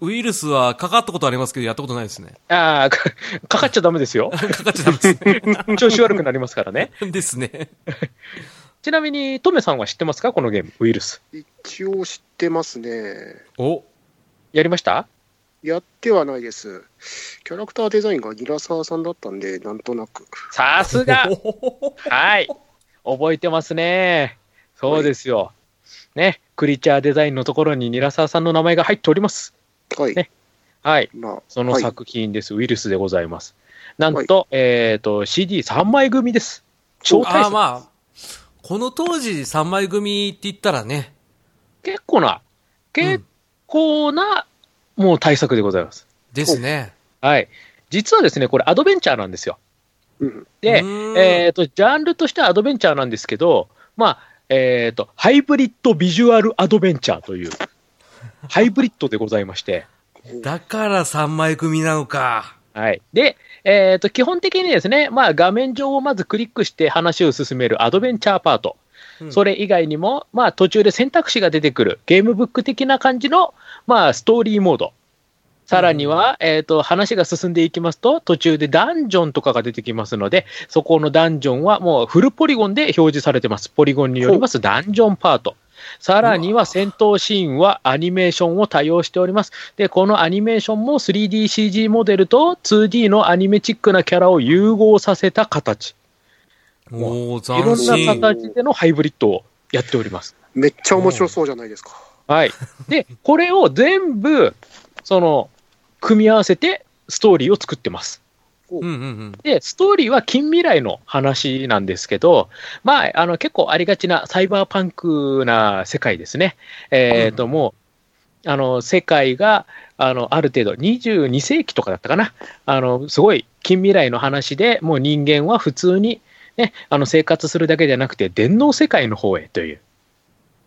Speaker 1: う。ウイルスはかかったことありますけど、やったことないですね。
Speaker 3: ああ、か かかっちゃダメですよ。
Speaker 1: かかっちゃダメですね。
Speaker 3: 調子悪くなりますからね。
Speaker 1: ですね。
Speaker 3: ちなみに、トメさんは知ってますかこのゲーム、ウイルス。
Speaker 2: 一応知ってますね。
Speaker 1: お、
Speaker 3: やりました
Speaker 2: やってはないです。キャラクターデザインがニラサワさんだったんで、なんとなく。
Speaker 3: さす がはい。覚えてますね。そうですよ。ね、クリーチャーデザインのところにニラサワさんの名前が入っております。
Speaker 2: はい。
Speaker 3: ねはい。
Speaker 2: まあ、
Speaker 3: その
Speaker 2: はい
Speaker 3: 作品です。ウイルスでございます。なんと、えっ、と、CD3 枚組です。超大
Speaker 1: あー
Speaker 3: 作。
Speaker 1: まあ、この当時3枚組って言ったらね、
Speaker 3: 結構な、結構な、もう大作でございます。
Speaker 1: ですね。
Speaker 3: はい。実はですね、これアドベンチャーなんですよ。
Speaker 2: うん。
Speaker 3: で、
Speaker 1: うーん
Speaker 3: えっ、と、ジャンルとしてはアドベンチャーなんですけど、まあ、えっ、と、ハイブリッドビジュアルアドベンチャー という、ハイブリッドでございまして、
Speaker 1: だから3枚組なのか。
Speaker 3: はい。で、えっ、と、基本的にですね、まあ、画面上をまずクリックして話を進めるアドベンチャーパート。そ
Speaker 1: れ、
Speaker 3: れ以外にも、まあ、途中で選択肢が出てくる、ゲームブック的な感じの、まあ、ストーリーモード。さらには、えっ、と、話が進んでいきますと、途中でダンジョンとかが出てきますので、そこのダンジョンはもうフルポリゴンで表示されてます。ポリゴンによりますダンジョンパート。さらには戦闘シーンはアニメーションを多用しております。で、このアニメーションも 3DCG モデルと 2D のアニメチックなキャラを融合させた形。
Speaker 1: おー、
Speaker 3: いろ
Speaker 1: 斬
Speaker 3: んな
Speaker 1: 新。
Speaker 3: 形でのハイブリッドをやっております。
Speaker 2: めっちゃ面白そうじゃないですか。
Speaker 3: はい。で、これを全部、その、組み合わせて、ストーリーを作ってます。
Speaker 1: うんうんうん。
Speaker 3: で、ストーリーは近未来の話なんですけど、まあ、あの、結構ありがちなサイバーパンクな世界ですね。えっ、と、もう、あの、世界が、あの、ある程度、22世紀とかだったかな。あの、すごい近未来の話で、もう人間は普通に、ね、あの、生活するだけじゃなくて、電脳世界の方へという。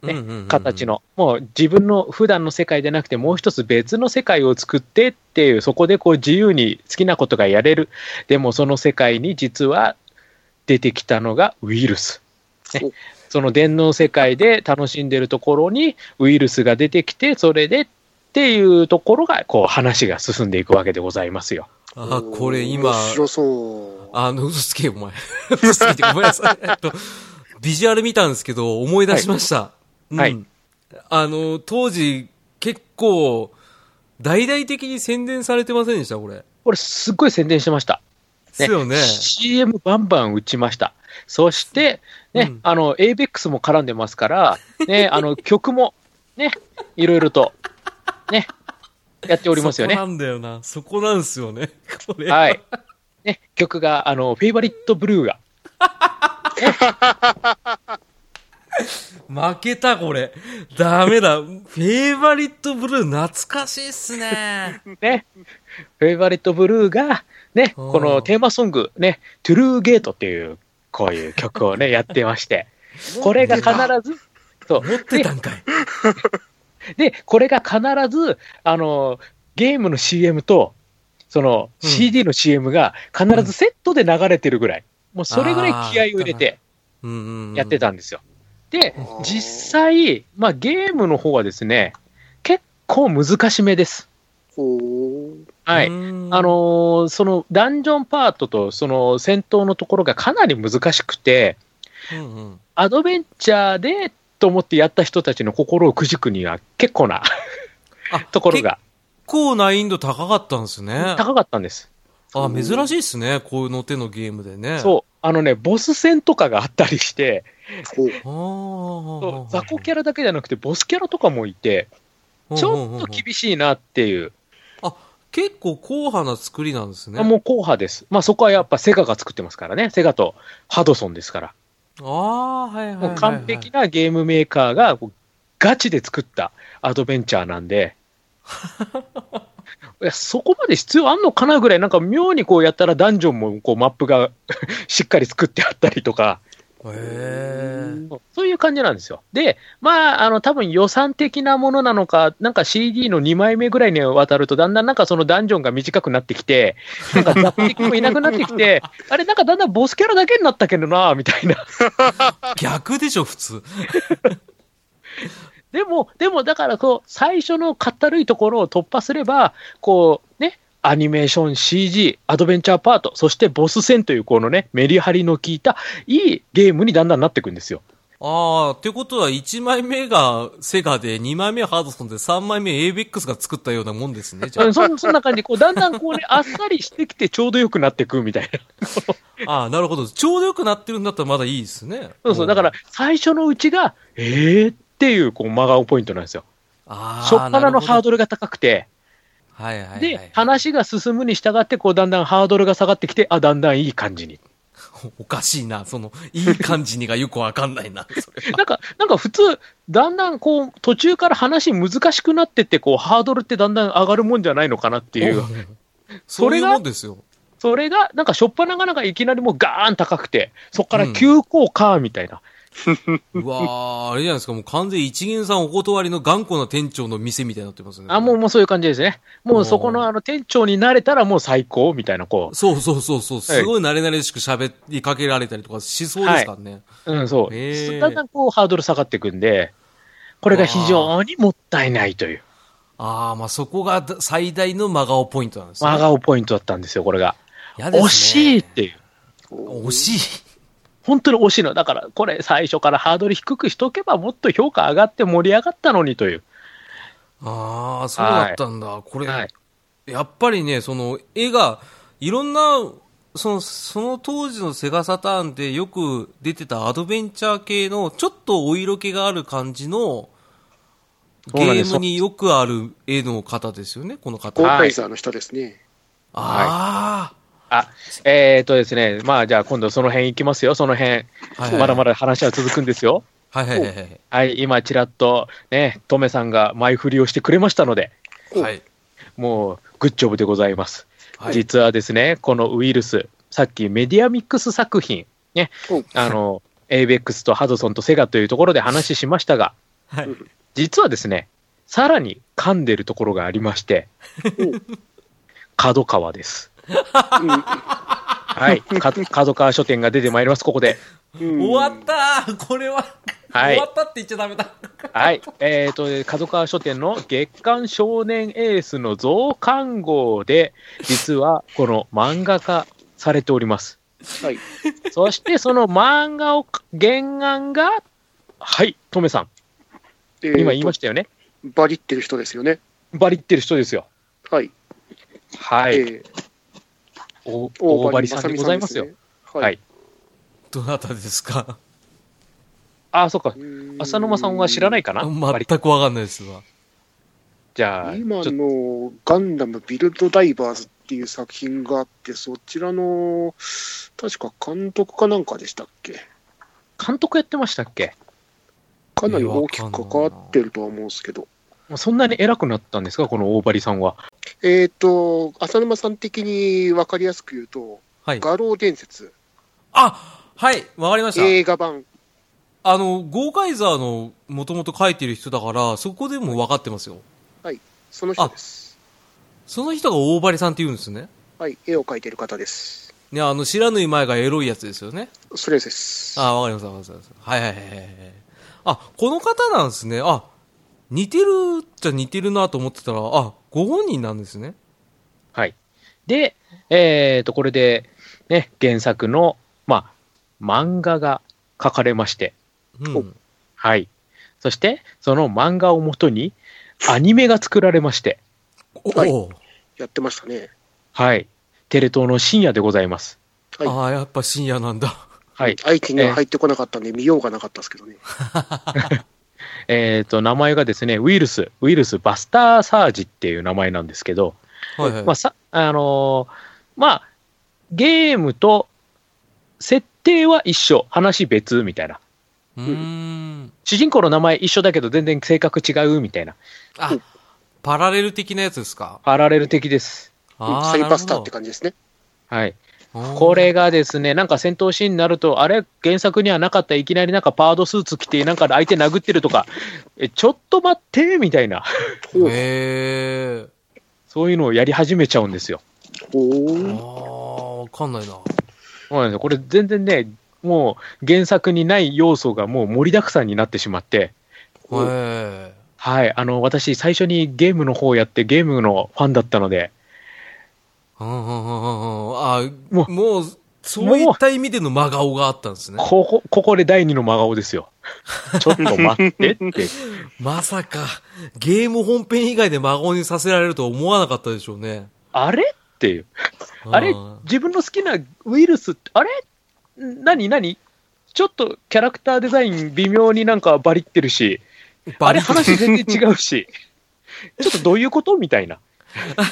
Speaker 3: ね
Speaker 1: うんうんうんうん
Speaker 3: 形。の、もう自分の普段の世界じゃなくて、もう一つ別の世界を作ってっていう、そこでこう自由に好きなことがやれる、でもその世界に実は出てきたのがウイルス。ね
Speaker 2: お
Speaker 3: その電脳世界で楽しんでるところにウイルスが出てきて、それでっていうところが、こう話が進んでいくわけでございますよ。
Speaker 1: あ、これ
Speaker 2: 面
Speaker 1: 今、
Speaker 2: 白そう。
Speaker 1: あの、嘘つけよ、お前。 嘘ついてごめんなさい。えっとビジュアル見たんですけど、思い出しました。うん
Speaker 3: はい
Speaker 1: あの、当時、結構、大々的に宣伝されてませんでした、これ。
Speaker 3: これすっごい宣伝してました。
Speaker 1: ですよね。
Speaker 3: CM バンバン打ちました。そして、ね、
Speaker 1: うん
Speaker 3: あの、ABEX も絡んでますから、ね、あの、曲も、ね、いろいろと、ね、やっておりますよ
Speaker 1: そこ
Speaker 3: ね。
Speaker 1: なんだよな。そこなんですよね。 これ。
Speaker 3: はい。ね、曲が、あの、フェイバリットブルーが、
Speaker 1: 負けた、これ。ダメだ。フェイバリットブルー、懐かしいっす ね。
Speaker 3: ね、フェイバリットブルーが、ね、
Speaker 1: うん
Speaker 3: このテーマソング、ね、トゥルーゲートっていう、こういう曲をね、やってまして、これが必ず、そう、
Speaker 1: 持ってたんかい。
Speaker 3: で、これが必ず、あの、ゲームの CM と、その、
Speaker 1: うん
Speaker 3: CD の CM が必ずセットで流れてるぐらい。もうそれぐらい気合を入れて
Speaker 1: うんうんうん
Speaker 3: やってたんですよ。で
Speaker 2: う、ん
Speaker 3: 実際、まあゲームの方はですね、結構難しめです。
Speaker 2: ほう。
Speaker 3: は
Speaker 1: う
Speaker 3: い。
Speaker 1: ん
Speaker 3: あのーそのダンジョンパートとその戦闘のところがかなり難しくて、
Speaker 1: うんうん
Speaker 3: アドベンチャーでと思ってやった人たちの心をくじくには結構な
Speaker 1: あ
Speaker 3: ところが
Speaker 1: 結構難易度高かったんですね。
Speaker 3: 高かったんです。
Speaker 1: あ、珍しいっすね。こういうの手のゲームでね。
Speaker 3: そう、あのね、ボス戦とかがあったりして、
Speaker 2: ほう。
Speaker 1: う。ああ。
Speaker 3: 雑魚キャラだけじゃなくて、ボスキャラとかもいて、ちょっと厳しいなっていう、
Speaker 1: 結構硬派な作りなんですね。
Speaker 3: あもう硬派です、まあ、そこはやっぱセガが作ってますからね、セガとハドソンですから、
Speaker 1: ああー、はいはいはい、は
Speaker 3: も
Speaker 1: いう
Speaker 3: 完璧なゲームメーカーがこうガチで作ったアドベンチャーなん で。いやそこまで必要あんのかなぐらい、なんか妙にこうやったらダンジョンもこうマップが しっかり作ってあったりとか、
Speaker 1: へえ。
Speaker 3: そういう感じなんですよ。で、まあ、あの、多分予算的なものなのか、なんか CD の2枚目ぐらいにわたると、だんだんなんかそのダンジョンが短くなってきて、なんか雑敵もいなくなってきて、あれ、なんかだんだんボスキャラだけになったけどな、みたいな。
Speaker 1: 逆でしょ、普通。
Speaker 3: でも、でもだからこう、最初のかったるいところを突破すれば、こう、ね、アニメーション、CG、アドベンチャーパート、そしてボス戦というこのね、メリハリの効いた、いいゲームにだんだんなっていくんですよ。
Speaker 1: ああ、ってことは1枚目がセガで、2枚目はハードソンで、3枚目 ABEX が作ったようなもんですね、じゃ
Speaker 3: うんそんそんな感じ、こうだんだんこう、ね、あっさりしてきて、ちょうどよくなってくみたいな、
Speaker 1: あ。ああ、なるほど。ちょうどよくなってるんだったらまだいいですね。
Speaker 3: そうそうだから、最初のうちが、えーっていうこう真顔ポイントなんですよ、
Speaker 1: ああ、
Speaker 3: 初っ端のハー
Speaker 1: ド。
Speaker 3: ドルが高くて、
Speaker 1: はいはいはい。
Speaker 3: で、話が進むに従ってこう、だんだんハードルが下がってきて、あだんだんいい感じに、
Speaker 1: おかしいな。その、いい感じにがよくわかんないな。それ
Speaker 3: なんか、なんか普通、だんだんこう途中から話、難しくなってってこう、ハードルってだんだん上がるもんじゃないのかなっていう、
Speaker 1: そ
Speaker 3: そ
Speaker 1: れ
Speaker 3: れが
Speaker 1: がもんですよ。
Speaker 3: それがなんか、初っ端がなんかいきなりもう、ガーン高くて、そこから急降下みたいな。
Speaker 1: うわー、あれじゃないですか。もう完全に一元さんお断りの頑固な店長の店みたいになってますね。
Speaker 3: あもうもうそういう感じですね。もうそこ
Speaker 1: おー
Speaker 3: のあの店長になれたらもう最高みたいな、こ
Speaker 1: そうそうそうそう。すごい慣れ慣れしく喋りかけられたりとかしそうですからね。
Speaker 3: う、うん、そ
Speaker 1: へー
Speaker 3: う。だんだんこうハードル下がっていくんで、これが非常にもったいないという、
Speaker 1: ああ、まあそこがだ最大の真顔ポイントなんですね。
Speaker 3: 真顔ポイントだったんですよ、これが。
Speaker 1: 嫌ですね
Speaker 3: 惜しいっ。ていう。
Speaker 1: 惜しい。
Speaker 3: 本当に惜しいの。だから、これ最初からハードル低くしとけばもっと評価上がって盛り上がったのにという。
Speaker 1: ああ、そうだったんだ。これ、
Speaker 3: はい。
Speaker 1: やっぱりね、その絵が、いろんな、その、その当時のセガサターンでよく出てたアドベンチャー系の、ちょっとお色気がある感じの、
Speaker 3: そう
Speaker 1: ゲ
Speaker 3: なんです
Speaker 1: ームによくある絵の方ですよね、この方。
Speaker 2: ゴ
Speaker 1: あ
Speaker 2: ーカイザーの人ですね。
Speaker 1: あ
Speaker 3: あ、えっ、とですね、まあじゃあ今度その辺行きますよ、その辺。
Speaker 1: ー、はいはい、
Speaker 3: まだまだ話は続くんですよ。
Speaker 1: はいはいはいはい。
Speaker 3: はい、今ちらっとね、トメさんが前振りをしてくれましたので、
Speaker 1: はい。
Speaker 3: もう、グッジョブでございます。
Speaker 1: はい。
Speaker 3: 実はですね、このウイルス、さっきメディアミックス作品、ね
Speaker 2: お、
Speaker 3: あの、エイベックスとハドソンとセガというところで話しましたが、
Speaker 1: はい
Speaker 3: 実はですね、さらに噛んでるところがあり まして
Speaker 2: お、
Speaker 3: 角川です。
Speaker 2: う
Speaker 3: はい、か角川書店が出てまいります、ここで。
Speaker 2: んうん
Speaker 1: 終わったーこれは、
Speaker 3: はい
Speaker 1: 終わったって言っちゃダメだ。
Speaker 3: はい、えっ、と、角川書店の月刊少年エースの増刊号で、実はこの漫画化されております。
Speaker 2: はい。
Speaker 3: そしてその漫画を、原案が、はい、トメさん。
Speaker 2: えー
Speaker 3: 今言いましたよね。
Speaker 2: バリってる人ですよね。
Speaker 3: バリってる人ですよ。
Speaker 2: はい。
Speaker 3: は
Speaker 2: え
Speaker 3: い。
Speaker 2: ー
Speaker 3: お大張さんでございますよ。。
Speaker 2: 正美
Speaker 3: は
Speaker 2: さん
Speaker 3: い
Speaker 2: で
Speaker 1: どなたですか
Speaker 3: ああ、そっか
Speaker 2: す。ねはい。。
Speaker 3: 浅沼さんは知らない いかなバリ。
Speaker 1: 全くわかんないですわ。
Speaker 3: じゃあ、ちょ
Speaker 2: 今
Speaker 3: っと
Speaker 2: のガンダムビルドダイバーズっていう作品があって、そちらの、確か監督かなんかでしたっけ
Speaker 3: 監督やってましたっけ
Speaker 2: かなり大きく関わってるとは思うんですけど。
Speaker 3: もうそんなに偉くなったんですかこの大張さんは。
Speaker 2: えっ、と、浅沼さん的に分かりやすく言うと、
Speaker 1: はい。
Speaker 2: 画廊伝説、
Speaker 1: あはいわかりました。
Speaker 2: 映画版。
Speaker 1: あの、ゴーカイザーのもともと書いてる人だから、そこでも分かってますよ。
Speaker 2: その人です。
Speaker 1: その人が大張さんって言うんですね。
Speaker 2: はい、絵を描いてる方です。
Speaker 1: ね、あの、知らぬい前がエロいやつですよね。
Speaker 2: それです。
Speaker 1: あ、わかりました、わかりました。はいはいはいはいはい。あ、この方なんですね。あ、似てるっちゃ似てるなと思ってたら、あ、ご本人なんですね。
Speaker 3: はい。で、えっ、と、これで、ね、原作の、まあ、漫画が書かれまして、
Speaker 1: うん。
Speaker 3: はい。そして、その漫画をもとに、アニメが作られまして、
Speaker 1: お、
Speaker 2: はい
Speaker 1: お
Speaker 2: やってましたね。
Speaker 3: はい。テレ東の深夜でございます。
Speaker 2: はい
Speaker 1: ああ、やっぱ深夜なんだ。
Speaker 3: はい。
Speaker 2: 愛知に
Speaker 3: えー
Speaker 2: は入ってこなかったんで、見ようがなかったですけどね。
Speaker 3: えっ、と、名前がですね、ウイルス、ウイルスバスターサージっていう名前なんですけど、
Speaker 1: はいはい。
Speaker 3: まあ、さ、あのーまあ、ゲームと、設定は一緒、話別みたいな。
Speaker 1: うーん。
Speaker 3: 主人公の名前一緒だけど全然性格違うみたいな。
Speaker 1: あ、パラレル的なやつですか。
Speaker 3: パラレル的です。
Speaker 2: うん
Speaker 1: ああ。
Speaker 2: サイバースターって
Speaker 1: か。
Speaker 2: 感じですね。
Speaker 3: はい。こ
Speaker 1: こ
Speaker 3: れがですね、なんか戦闘シーンになると、あれ、原作にはなかった、いきなりなんかパードスーツ着て、なんか相手殴ってるとか、え、ちょっと待って、みたいな、
Speaker 2: ほう
Speaker 1: へえ。
Speaker 3: そういうのをやり始めちゃうんですよ。
Speaker 1: あ
Speaker 2: ほう
Speaker 1: あ、わかんないな。
Speaker 3: そうなんですよ。これ全然ね、もう原作にない要素がもう盛りだくさんになってしまって、
Speaker 2: ほう
Speaker 1: へえ。
Speaker 3: はい、あの、私、最初にゲームの方をやって、ゲームのファンだったので、
Speaker 1: うんうんうんうんうんあ、
Speaker 3: も
Speaker 1: も
Speaker 3: う
Speaker 1: う、もう、そういった意味での真顔があったんですね。
Speaker 3: ここ、ここで第二の真顔ですよ。ちょっと待ってって。
Speaker 1: まさか、ゲーム本編以外で真顔にさせられるとは思わなかったでしょうね。
Speaker 3: あれっていう。あれ
Speaker 1: うん
Speaker 3: 自分の好きなウイルスって、あれ何何ちょっとキャラクターデザイン微妙になんかバリってるし、あ
Speaker 1: バ
Speaker 3: れ
Speaker 1: リ
Speaker 3: 話全然違 うし、ちょっとどういうことみたいな。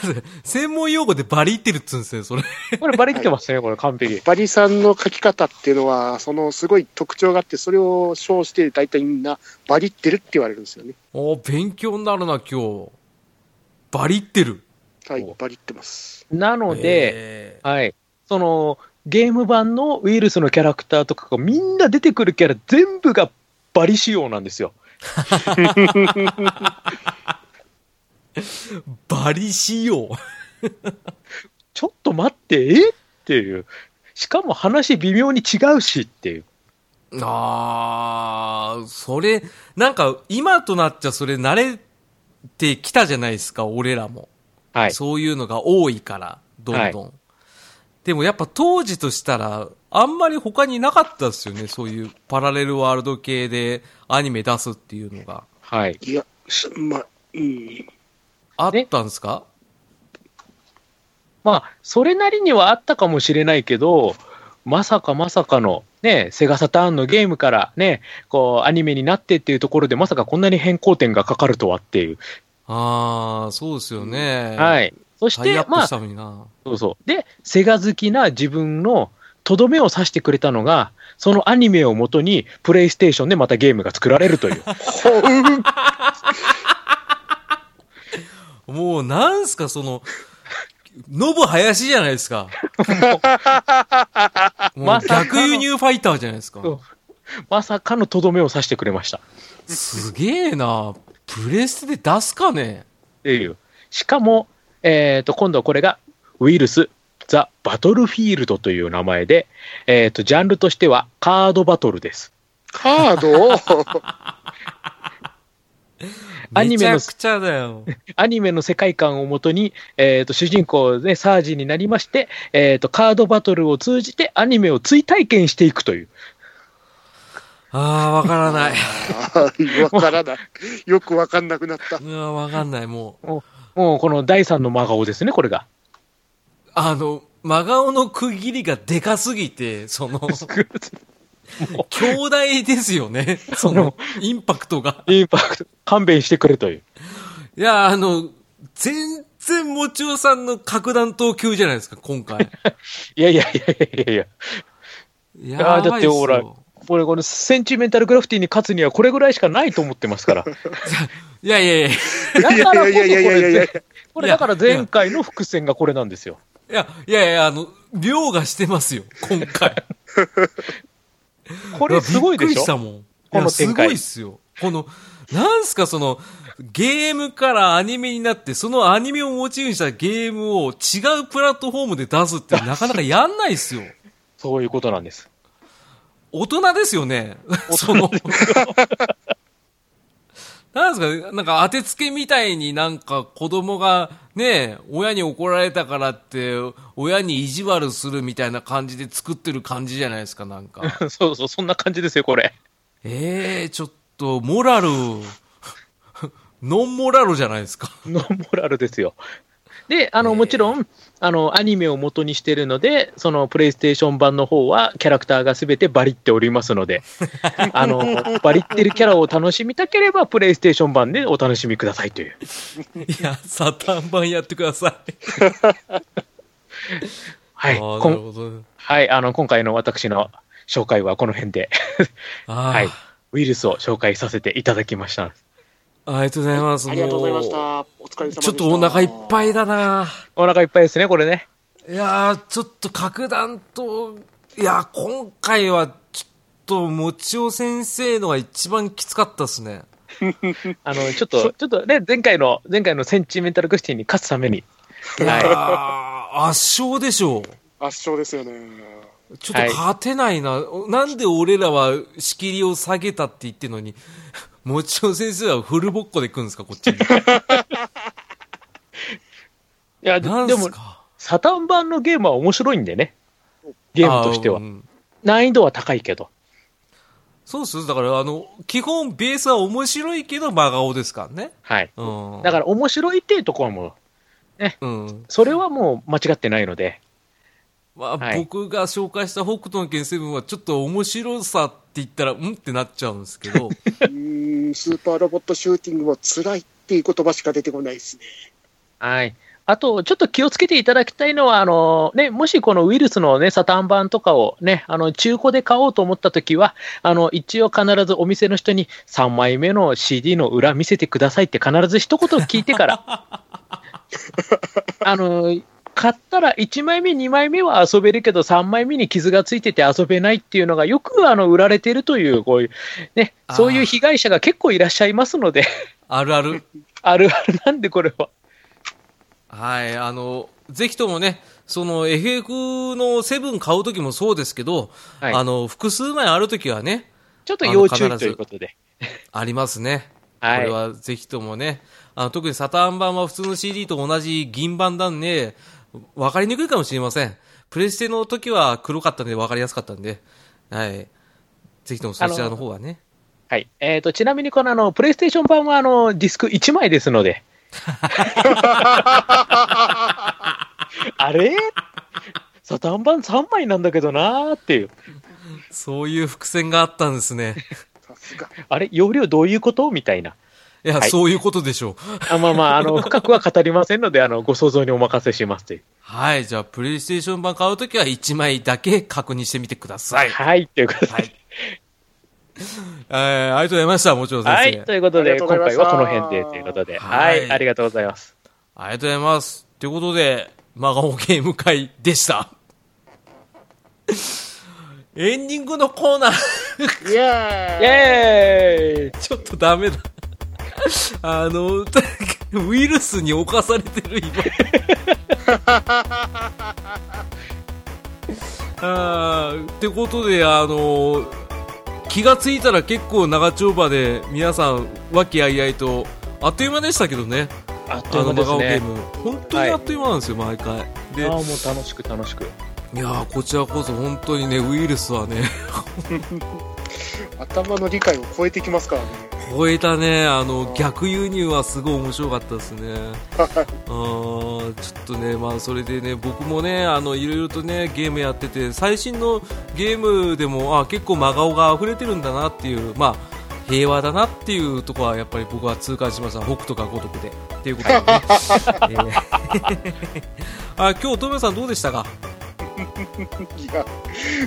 Speaker 1: 専門用語でバリってるっつうんですね、それ。
Speaker 3: これバリってますね、これ完璧。
Speaker 2: バリさんの描き方っていうのは、そのすごい特徴があって、それを称して、大体みんな、バリってるって言われるんですよね。
Speaker 1: お勉強になるな、今日。バリってる。
Speaker 2: は
Speaker 3: お
Speaker 2: い、バリってます。
Speaker 3: なので、
Speaker 1: えー
Speaker 3: はい。その、ゲーム版のウイルスのキャラクターとかがみんな出てくるキャラ全部がバリ仕様なんですよ。
Speaker 1: バリ仕様。
Speaker 3: ちょっと待って、えっていう。しかも話微妙に違うしっていう。
Speaker 1: あー、それ、なんか、今となっちゃそれ慣れてきたじゃないですか、俺らも。
Speaker 3: はい。
Speaker 1: そういうのが多いから、どんどん。でもやっぱ当時としたら、あんまり他になかったですよね、そういうパラレルワールド系でアニメ出すっていうのが。
Speaker 3: はい。
Speaker 2: いや、すまあ、うん。
Speaker 1: あったんですか
Speaker 3: まあ、それなりにはあったかもしれないけど、まさかまさかの、ね、セガサターンのゲームからね、こう、アニメになってっていうところで、まさかこんなに変更点がかかるとはっていう。
Speaker 1: あー、そうですよね。。
Speaker 3: はいい。そし
Speaker 1: タイア
Speaker 3: て、
Speaker 1: ッ
Speaker 3: ま
Speaker 1: プし
Speaker 3: あ、
Speaker 1: たのにな。
Speaker 3: そうそう。で、セガ好きな自分のとどめを刺してくれたのが、そのアニメをもとに、プレイステーションでま たゲームが作られるという。
Speaker 2: ほう
Speaker 1: もうなんすか、その、ノブ林じゃないです か。もう
Speaker 3: まさかの
Speaker 1: 逆輸入ファイターじゃないですか。
Speaker 3: そう まさかのとどめを刺してくれました。
Speaker 1: すげえな。プレステで出すかね
Speaker 3: っていう。しかも、えっ、と、今度はこれが、ウイルス、ザ・バトルフィールドという名前で、えっ、と、ジャンルとしてはカードバトルです。
Speaker 2: カードを
Speaker 3: アニメの
Speaker 1: めちゃくちゃだよ。
Speaker 3: アニメの世界観をもとに、えっ、と、主人公で、サージになりまして、えっ、と、カードバトルを通じてアニメを追体験していくという。
Speaker 1: ああ、わからない。
Speaker 2: わからない。よくわかんなくなった。
Speaker 1: うわ、わかんない、もう。
Speaker 3: もう、この第三の真顔ですね、これ が。
Speaker 1: あの、真顔の区切りがでかすぎて、その、強大ですよね。その、インパクトが。
Speaker 3: インパクト、勘弁してくれという。
Speaker 1: いや、あの、全然、もちおさんの核弾頭級じゃないですか、今 回。
Speaker 3: いやいやいやいやい
Speaker 1: や
Speaker 3: や。や
Speaker 1: ばい
Speaker 3: ーだってほら
Speaker 1: すよ
Speaker 3: これ、このセンチメンタルグラフィティに勝つにはこれぐらいしかないと思ってますから。
Speaker 1: いやいやいや。い
Speaker 3: だからこそこ
Speaker 2: いやいやいやいやいやい
Speaker 3: れ
Speaker 2: や、
Speaker 3: これだから前回の伏線がこれなんですよ。
Speaker 1: や、いやいや、あの、量がしてますよ、今回。
Speaker 3: これすごいで
Speaker 1: びっく
Speaker 3: し
Speaker 1: りした
Speaker 3: ょ
Speaker 1: もん。
Speaker 3: この
Speaker 1: いや
Speaker 3: 展開
Speaker 1: すごいっすよ。この、なんすかその、ゲームからアニメになって、そのアニメをモチーフにしたゲームを違うプラットフォームで出すってなかなかやんないっすよ。
Speaker 3: そういうことなんです。
Speaker 1: 大人ですよね。その、なんですかねなんか当てつけみたいになんか子供がね、親に怒られたからって、親に意地悪するみたいな感じで作ってる感じじゃないですか、なんか。
Speaker 3: そうそう、そんな感じですよ、これ。
Speaker 1: ええちょっと、モラル、ノンモラルじゃないですか。
Speaker 3: ノンモラルですよ。で、あの、もちろん、あの、アニメを元にしてるので、その、プレイステーション版の方は、キャラクターがすべてバリっておりま すので、あの、バリってるキャラを楽しみたければ、プレイステーション版でお楽しみくださいという。
Speaker 1: いや、サタン版やってください。
Speaker 3: はい。
Speaker 1: あー
Speaker 3: こ
Speaker 1: なんるほどね。
Speaker 3: はい、あの、今回の私の紹介はこの辺で、
Speaker 1: あー
Speaker 3: はい、ウイルスを紹介させていただきました。
Speaker 1: ありがとうございます。
Speaker 2: ありがとうございまし
Speaker 1: も
Speaker 2: た。お疲れ様で
Speaker 1: う
Speaker 2: した。
Speaker 1: ちょっとお腹いっぱいだな。
Speaker 3: お腹いっぱいですね、これね。
Speaker 1: いやー、ちょっと核弾頭、いやー、今回はちょっと、もちお先生のが一番きつかったですね。
Speaker 3: あ の、ちょっと、ちょっとね、前回の、前回のセンチメンタルクスティに勝つために、
Speaker 1: いや
Speaker 3: はい
Speaker 1: ー、圧勝でしょう。
Speaker 2: 圧勝ですよね。
Speaker 1: ちょっと勝てないな、なんで俺らは仕切りを下げたって言ってるのに、もちろん先生はフルボッコで来るんですか、こっち に。
Speaker 3: いや、で
Speaker 1: なん
Speaker 3: ですも、
Speaker 1: か
Speaker 3: サタン版のゲームは面白いんでね。ゲームとして
Speaker 1: あ
Speaker 3: は
Speaker 1: う。ん
Speaker 3: 難易度は高いけど。
Speaker 1: そうっすだから、あの、基本ベースは面白いけど真顔ですからね。
Speaker 3: はい。
Speaker 1: うん。
Speaker 3: だから、面白いっていうところも、
Speaker 1: うん。
Speaker 3: それはもう間違ってないので、
Speaker 1: まあ、
Speaker 3: はい
Speaker 1: 僕が紹介した北斗の剣7はちょっと面白さって言ったら、うんってなっちゃうんですけ ど、
Speaker 2: うーん、スーパーロボットシューティングも辛いっていう言葉しか出てこないですね。
Speaker 3: はい。あと、ちょっと気をつけていただきたいのは、あの、ね、もしこのウイルスのね、サタン版とかをね、あの、中古で買おうと思ったときは、あの、一応必ずお店の人に3枚目の CD の裏見せてくださいって必ず一言聞いてから、 あの、買ったら1枚目、2枚目は遊べるけど、3枚目に傷がついてて遊べないっていうのがよくあの売られてるという、こういう、ね、そういう被害者が結構いらっしゃいますので、
Speaker 1: あるある。
Speaker 3: あるあるなんでこれは。
Speaker 1: はい、あの、ぜひともね、その FF の7買うときもそうですけど、
Speaker 3: はい
Speaker 1: あの、複数枚あるときはね、
Speaker 3: ちょっと要注意ということで。
Speaker 1: ありますね。
Speaker 3: はい
Speaker 1: これはぜひともね、あの特にサターン版は普通の CD と同じ銀版なんで、わかりにくいかもしれません。プレステの時は黒かったんでわかりやすかったんで、はい。ぜひともそちらの方はね。
Speaker 3: はい。えっ、と、ちなみにこの、あの、プレイステーション版は、あの、ディスク1枚ですので。 あれサタン版3枚なんだけどなーっていう。
Speaker 1: そういう伏線があったんです ね。
Speaker 2: さすが。
Speaker 3: あれ容量どういうことみたいな。
Speaker 1: いや、
Speaker 3: はい
Speaker 1: そういうことでしょう。
Speaker 3: あまあまあ、 あの、深くは語りませんので、あの、ご想像にお任せしますという。
Speaker 1: はい。じゃあ、プレイステーション版買うときは1枚だけ確認してみてください。
Speaker 3: はい。ということで。
Speaker 1: はいえー、ありがとうございました、もちろん先生。
Speaker 3: はい。ということ
Speaker 2: あ
Speaker 3: で、
Speaker 2: りがと
Speaker 3: 今
Speaker 2: うございまし
Speaker 3: 回
Speaker 2: た
Speaker 3: はこの辺でということで。はい。
Speaker 1: はい
Speaker 3: ありがとうございます。
Speaker 1: ありがとうございます。ということで、真顔ゲーム会でした。 エンディングのコーナー、
Speaker 2: イエー
Speaker 3: イ
Speaker 2: イ
Speaker 3: ェーイ
Speaker 1: ちょっとダメだ。あの、ウイルスに侵されてる 今。あーってことで、あの、気がついたら結構長丁場で皆さん和気あいあいと、あっという間でしたけどね。
Speaker 3: あっとい
Speaker 1: あの
Speaker 3: う間で
Speaker 1: 真
Speaker 3: す
Speaker 1: 顔ゲ
Speaker 3: ね
Speaker 1: ー。ム、本当にあっという間なんですよ、毎回。
Speaker 3: あ
Speaker 1: で
Speaker 3: あ、もう楽しく楽しく。
Speaker 1: いやーこちらこそ本当にね、ウイルスはね、
Speaker 2: 頭の理解を超えてきますからね。
Speaker 1: 超えたね、あの、逆輸入はすごい面白かったですね。あーちょっとね、まあ、それでね、僕もね、あの、いろいろとね、ゲームやってて、最新のゲームでも、あ、結構真顔が溢れてるんだなっていう、まあ、平和だなっていうところは、やっぱり僕は痛感しました。北斗か五徳で。っていうことでね。えー あ、今日、トメさんどうでしたか
Speaker 2: いや、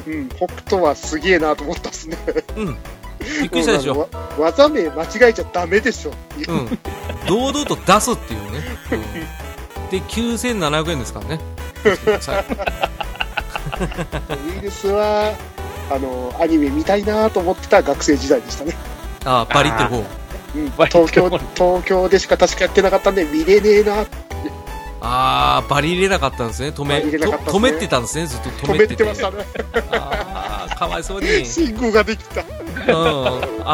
Speaker 2: うん、北斗はすげえなと思ったっすね。
Speaker 1: うん。びっくりしたでしょ。
Speaker 2: もうあのわ技名間違えちゃダメでしょ。いや
Speaker 1: うん、堂々と出すっていうね、うんで9700円ですからね
Speaker 2: ウイルスは、あの、アニメ見たいなと思ってた学生時代でしたね。
Speaker 1: ああパリってる方
Speaker 2: うん、
Speaker 3: 割と
Speaker 2: 東京、東京でしか確かやってなかったんで、見れねえな
Speaker 1: ああバリ入れなかったんですね止め
Speaker 2: バリ入れなかったです
Speaker 1: と止
Speaker 2: ね
Speaker 1: めてたんですねずっと止
Speaker 2: 止
Speaker 1: め
Speaker 2: め
Speaker 1: て
Speaker 2: て
Speaker 1: て
Speaker 2: ましたね。
Speaker 1: ああかわいそうに、うん、
Speaker 2: 信号ができた。
Speaker 1: あ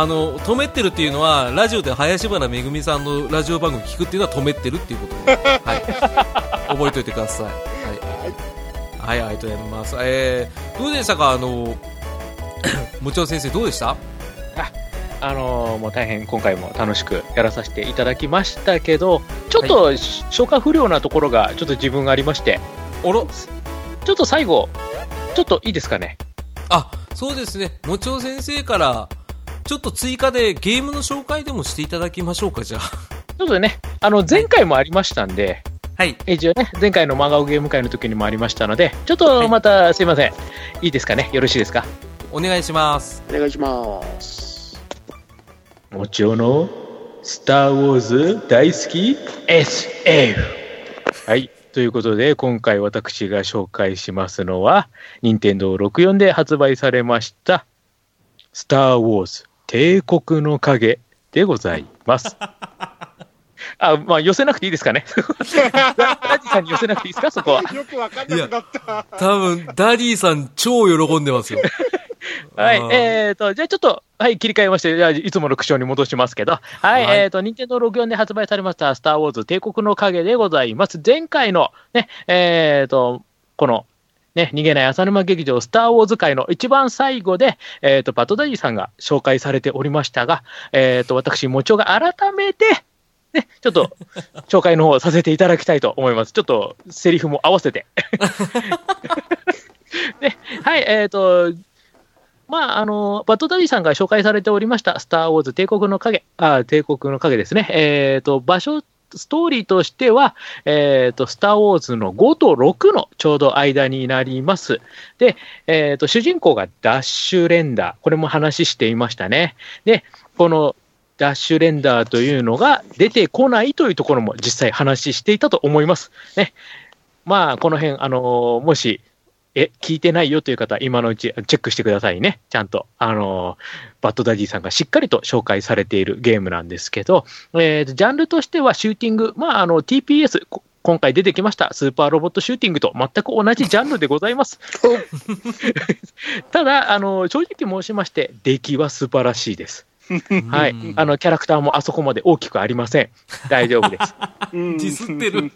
Speaker 1: の止めてるっていうのはラジオで林原めぐみさんのラジオ番組聞くっていうのは止めてるっていうことで、はい、覚えておいてくださいはい、はい、ありがとうございます、えー、どうでしたかあの もちろん先生どうでした
Speaker 3: あのーもう大変今回も楽しくやらさせていただきましたけど、ちょっと消化不良なところがちょっと自分がありまして、
Speaker 1: おろ
Speaker 3: ちょっと最後、ちょっといいですかね。
Speaker 1: あ、そうですね。もちお先生から、ちょっと追加でゲームの紹介でもしていただきましょうか、じゃあ。
Speaker 3: ちょっとね、あの、前回もありましたんで、
Speaker 1: はい。
Speaker 3: 一応ね、前回の真顔ゲーム会の時にもありましたので、ちょっ
Speaker 1: はい
Speaker 3: とまたすいません。いいですかねよろしいですか
Speaker 1: お願いします。
Speaker 2: お願いします。
Speaker 3: もちろの、スター・ウォーズ大好き SF! はい。ということで、今回私が紹介しますのは、任天堂64で発売されました、スター・ウォーズ帝国の影でござい ます。あ、まあ、寄せなくていいですかね ラジさんに寄せなくていいですかそこは。
Speaker 2: よくわかんなくなった。
Speaker 1: 多分、ダディさん超喜んでますよ。
Speaker 3: はい
Speaker 1: あー、
Speaker 3: えーと、じゃあちょっと、はい、切り替えまして、じゃあいつもの口調に戻しますけど、はい、
Speaker 1: はい。
Speaker 3: えーと、任天堂64で発売されました、スター・ウォーズ帝国の影でございます。前回の、ね、えーと、この、ね、逃げない浅沼劇場、スター・ウォーズ界の一番最後で、えーと、バトダディさんが紹介されておりましたが、えーと、私、もちおが改めて、ね、ちょっと、紹介の方をさせていただきたいと思います。ちょっと、セリフも合わせて。ではい、えーと、まあ、あの、バッドダディさんが紹介されておりました、スター・ウォーズ帝国の影、あ、帝国の影ですね。えっ、と、場所、ストーリーとしては、えっ、と、スター・ウォーズの5と6のちょうど間になります。で、えっ、と、主人公がダッシュレンダー。これも話していましたね。で、この、ダッシュレンダーというのが出てこないというところも実際話していたと思います。ね。まあ、この辺、あのもし、え、聞いてないよという方、今のうちチェックしてくださいね。ちゃんと。あのー、バッドダディさんがしっかりと紹介されているゲームなんですけど、えーとジャンルとしてはシューティング、まあ、あの、TPS、こ今回出てきました、スーパーロボットシューティングと全く同じジャンルでございます。ただ、あのー、正直申しまして、出来は素晴らしいです。 はいう
Speaker 1: ん
Speaker 3: あの、キャラクターもあそこまで大きくありません。大丈夫です。
Speaker 2: う ん
Speaker 1: ディスってる。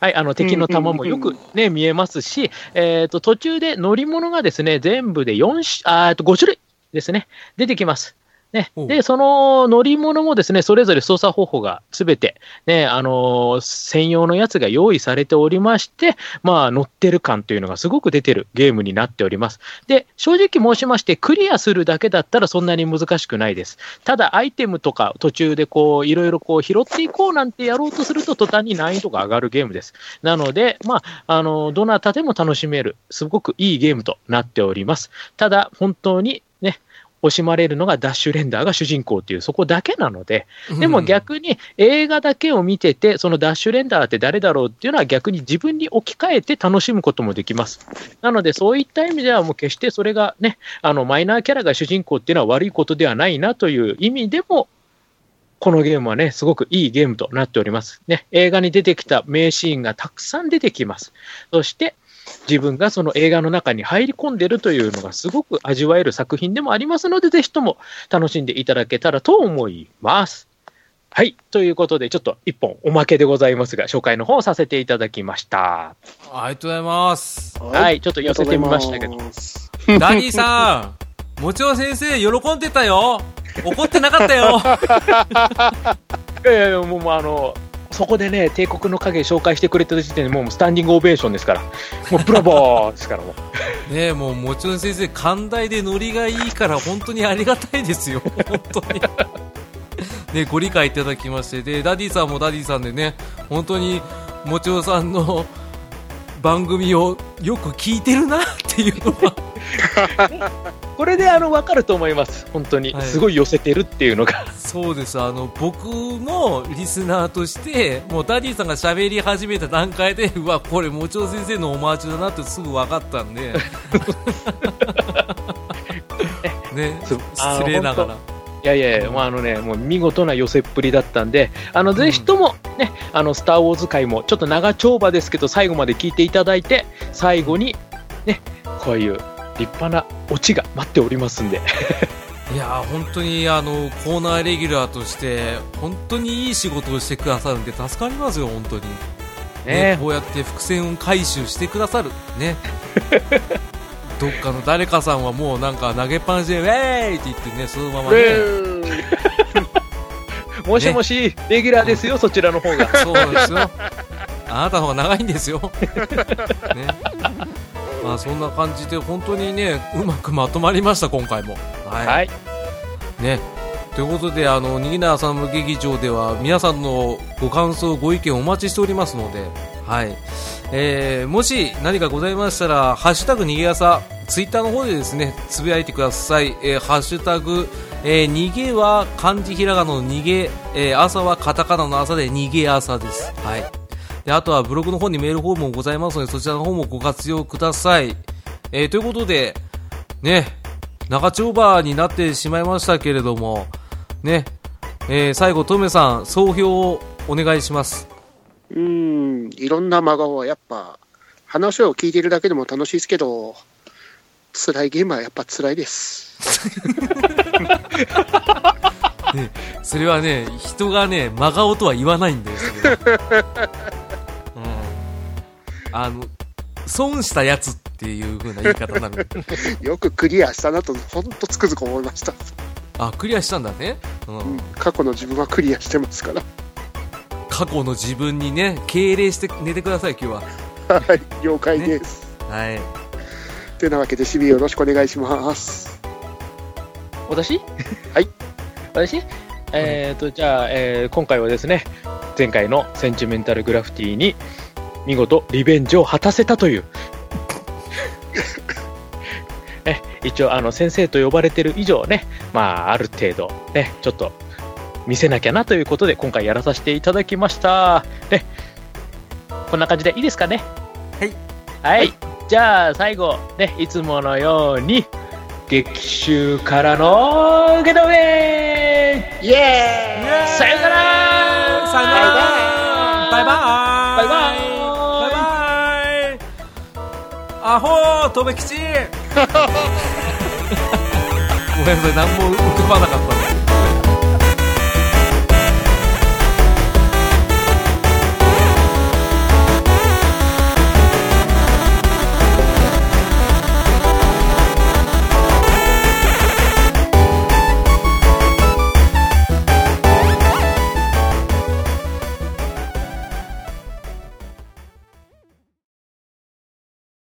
Speaker 3: はい、あの敵の弾もよく、ね、見えますし、えーと、途中で乗り物がですね全部で四種あーえーと5種類ですね出てきます。ね、
Speaker 1: おう
Speaker 3: で、その乗り物もですね、それぞれ操作方法がすべて、ね、あのー専用のやつが用意されておりまして、まあ、乗ってる感というのがすごく出てるゲームになっております。で、正直申しまして、クリアするだけだったらそんなに難しくないです。ただ、アイテムとか途中でこう、いろいろこう、拾っていこうなんてやろうとすると、途端に難易度が上がるゲームです。なので、まあ、あの、どなたでも楽しめる、すごくいいゲームとなっております。ただ、本当にね、惜しまれるのがダッシュレンダーが主人公っていう、そこだけなので、
Speaker 1: うん
Speaker 3: でも、逆に映画だけを見てて、そのダッシュレンダーって誰だろうっていうのは逆に自分に置き換えて楽しむこともできます。なので、そういった意味ではもう決してそれがね、あのマイナーキャラが主人公っていうのは悪いことではないなという意味でも、このゲームはね、すごくいいゲームとなっております。ね、映画に出てきた名シーンがたくさん出てきます。そして、自分がその映画の中に入り込んでるというのがすごく味わえる作品でもありますので、ぜひとも楽しんでいただけたらと思います。はい。ということで、ちょっと一本おまけでございますが、紹介の方をさせていただきました。
Speaker 1: ありがとうございます。
Speaker 2: は
Speaker 3: はい。ちょっと寄せてみましたけど。
Speaker 1: ダニーさん、もちろん先生、喜んでたよ。怒ってなかった よ。
Speaker 3: いやいや、もう、もうあの、そこでね、帝国の影紹介してくれた時点でもうスタンディングオベーションですから、もうブラボーですから、もう。
Speaker 1: ねえ、もう、もちろん先生、寛大でノリがいいから、本当にありがたいですよ。 本当に。ね、ご理解いただきまして、で、ダディさんもダディさんでね、本当に、もちろんさんの番組をよく聞いてるなっていうのは、
Speaker 3: これであの分かると思います、本当に、
Speaker 1: はい
Speaker 3: すごい寄せてるっていうのが、
Speaker 1: そうです、あの、僕もリスナーとして、もうダディさんが喋り始めた段階で、 うわ、これ、もちろん先生のオマージュだなってすぐ分かったん で。ね、
Speaker 3: すあ
Speaker 1: 失礼ながら。
Speaker 3: いやいやいや、もうあのね、もう見事な寄せっぷりだったんで、あのぜひともね、あのスター・ウォーズ界も、ちょっと長丁場ですけど、最後まで聞いていただいて、最後にね、こういう立派なオチが待っておりますんで、
Speaker 1: いやー本当にあのコーナーレギュラーとして本当にいい仕事をしてくださるんで助かりますよ、本当に、ね
Speaker 3: ね
Speaker 1: こうやって伏線を回収してくださる、ね、どっかの誰かさんはもうなんか投げっぱなしでウェーイって言ってねそのままね、
Speaker 3: もしもし、レギュラーですよ、そちらの方が。
Speaker 1: そうなんですよあなたの方が長いんです よ、ねまあ、そんな感じで本当にねうまくまとまりました、今回も。はい
Speaker 3: はい、
Speaker 1: ね。ということで、あの、にぎなさんの劇場では、皆さんのご感想、ご意見お待ちしておりますので、はい。えー、もし何かございましたら、ハッシュタグにぎやさ、ツイッターの方でですね、つぶやいてください。えー、ハッシュタグ、えー、にげは漢字ひらがなのにげ、えー、朝はカタカナの朝でにげ朝です。はい。で、あとはブログの方にメールフォームもございますので、そちらの方もご活用ください。えー、ということで、ね、長丁場になってしまいましたけれども、ね、えー最後、トメさん、総評をお願いします。
Speaker 2: うん、いろんな真顔はやっぱ、話を聞いてるだけでも楽しいですけど、辛いゲームはやっぱ辛いです。
Speaker 1: それはね、人がね、真顔とは言わないんだよ、それはうん。あの、損したやつっていう風な言い方になる。
Speaker 2: よくクリアしたなと、ほんとつくづく思いました。
Speaker 1: あ、クリアしたんだね。う
Speaker 2: うん
Speaker 1: ん。
Speaker 2: 過去の自分はクリアしてますから。
Speaker 1: 過去の自分にね、敬礼して寝てください、今日
Speaker 2: はい、了解です。
Speaker 1: は。はい。
Speaker 2: てなわけで、守備よろしくお願いします。
Speaker 3: 私
Speaker 2: はい。
Speaker 3: 私えっ、と、じゃあ、えー今回はですね、前回のセンチメンタルグラフィティに見事リベンジを果たせたという。 ね、一応、あの、先生と呼ばれてる以上ね、まあ、ある程度、ね、ちょっと見せなきゃなということで、今回やらさせていただきました。ね、こんな感じでいいですかね。
Speaker 1: はい。
Speaker 3: はい。じゃあ、最後、ね、いつものように、劇中からの受け止め
Speaker 2: イエーイ
Speaker 3: さよなら
Speaker 1: さよならバイバイバイ
Speaker 3: バイバイ
Speaker 1: バイアホー とめきちごめんなさい何も浮かばなかった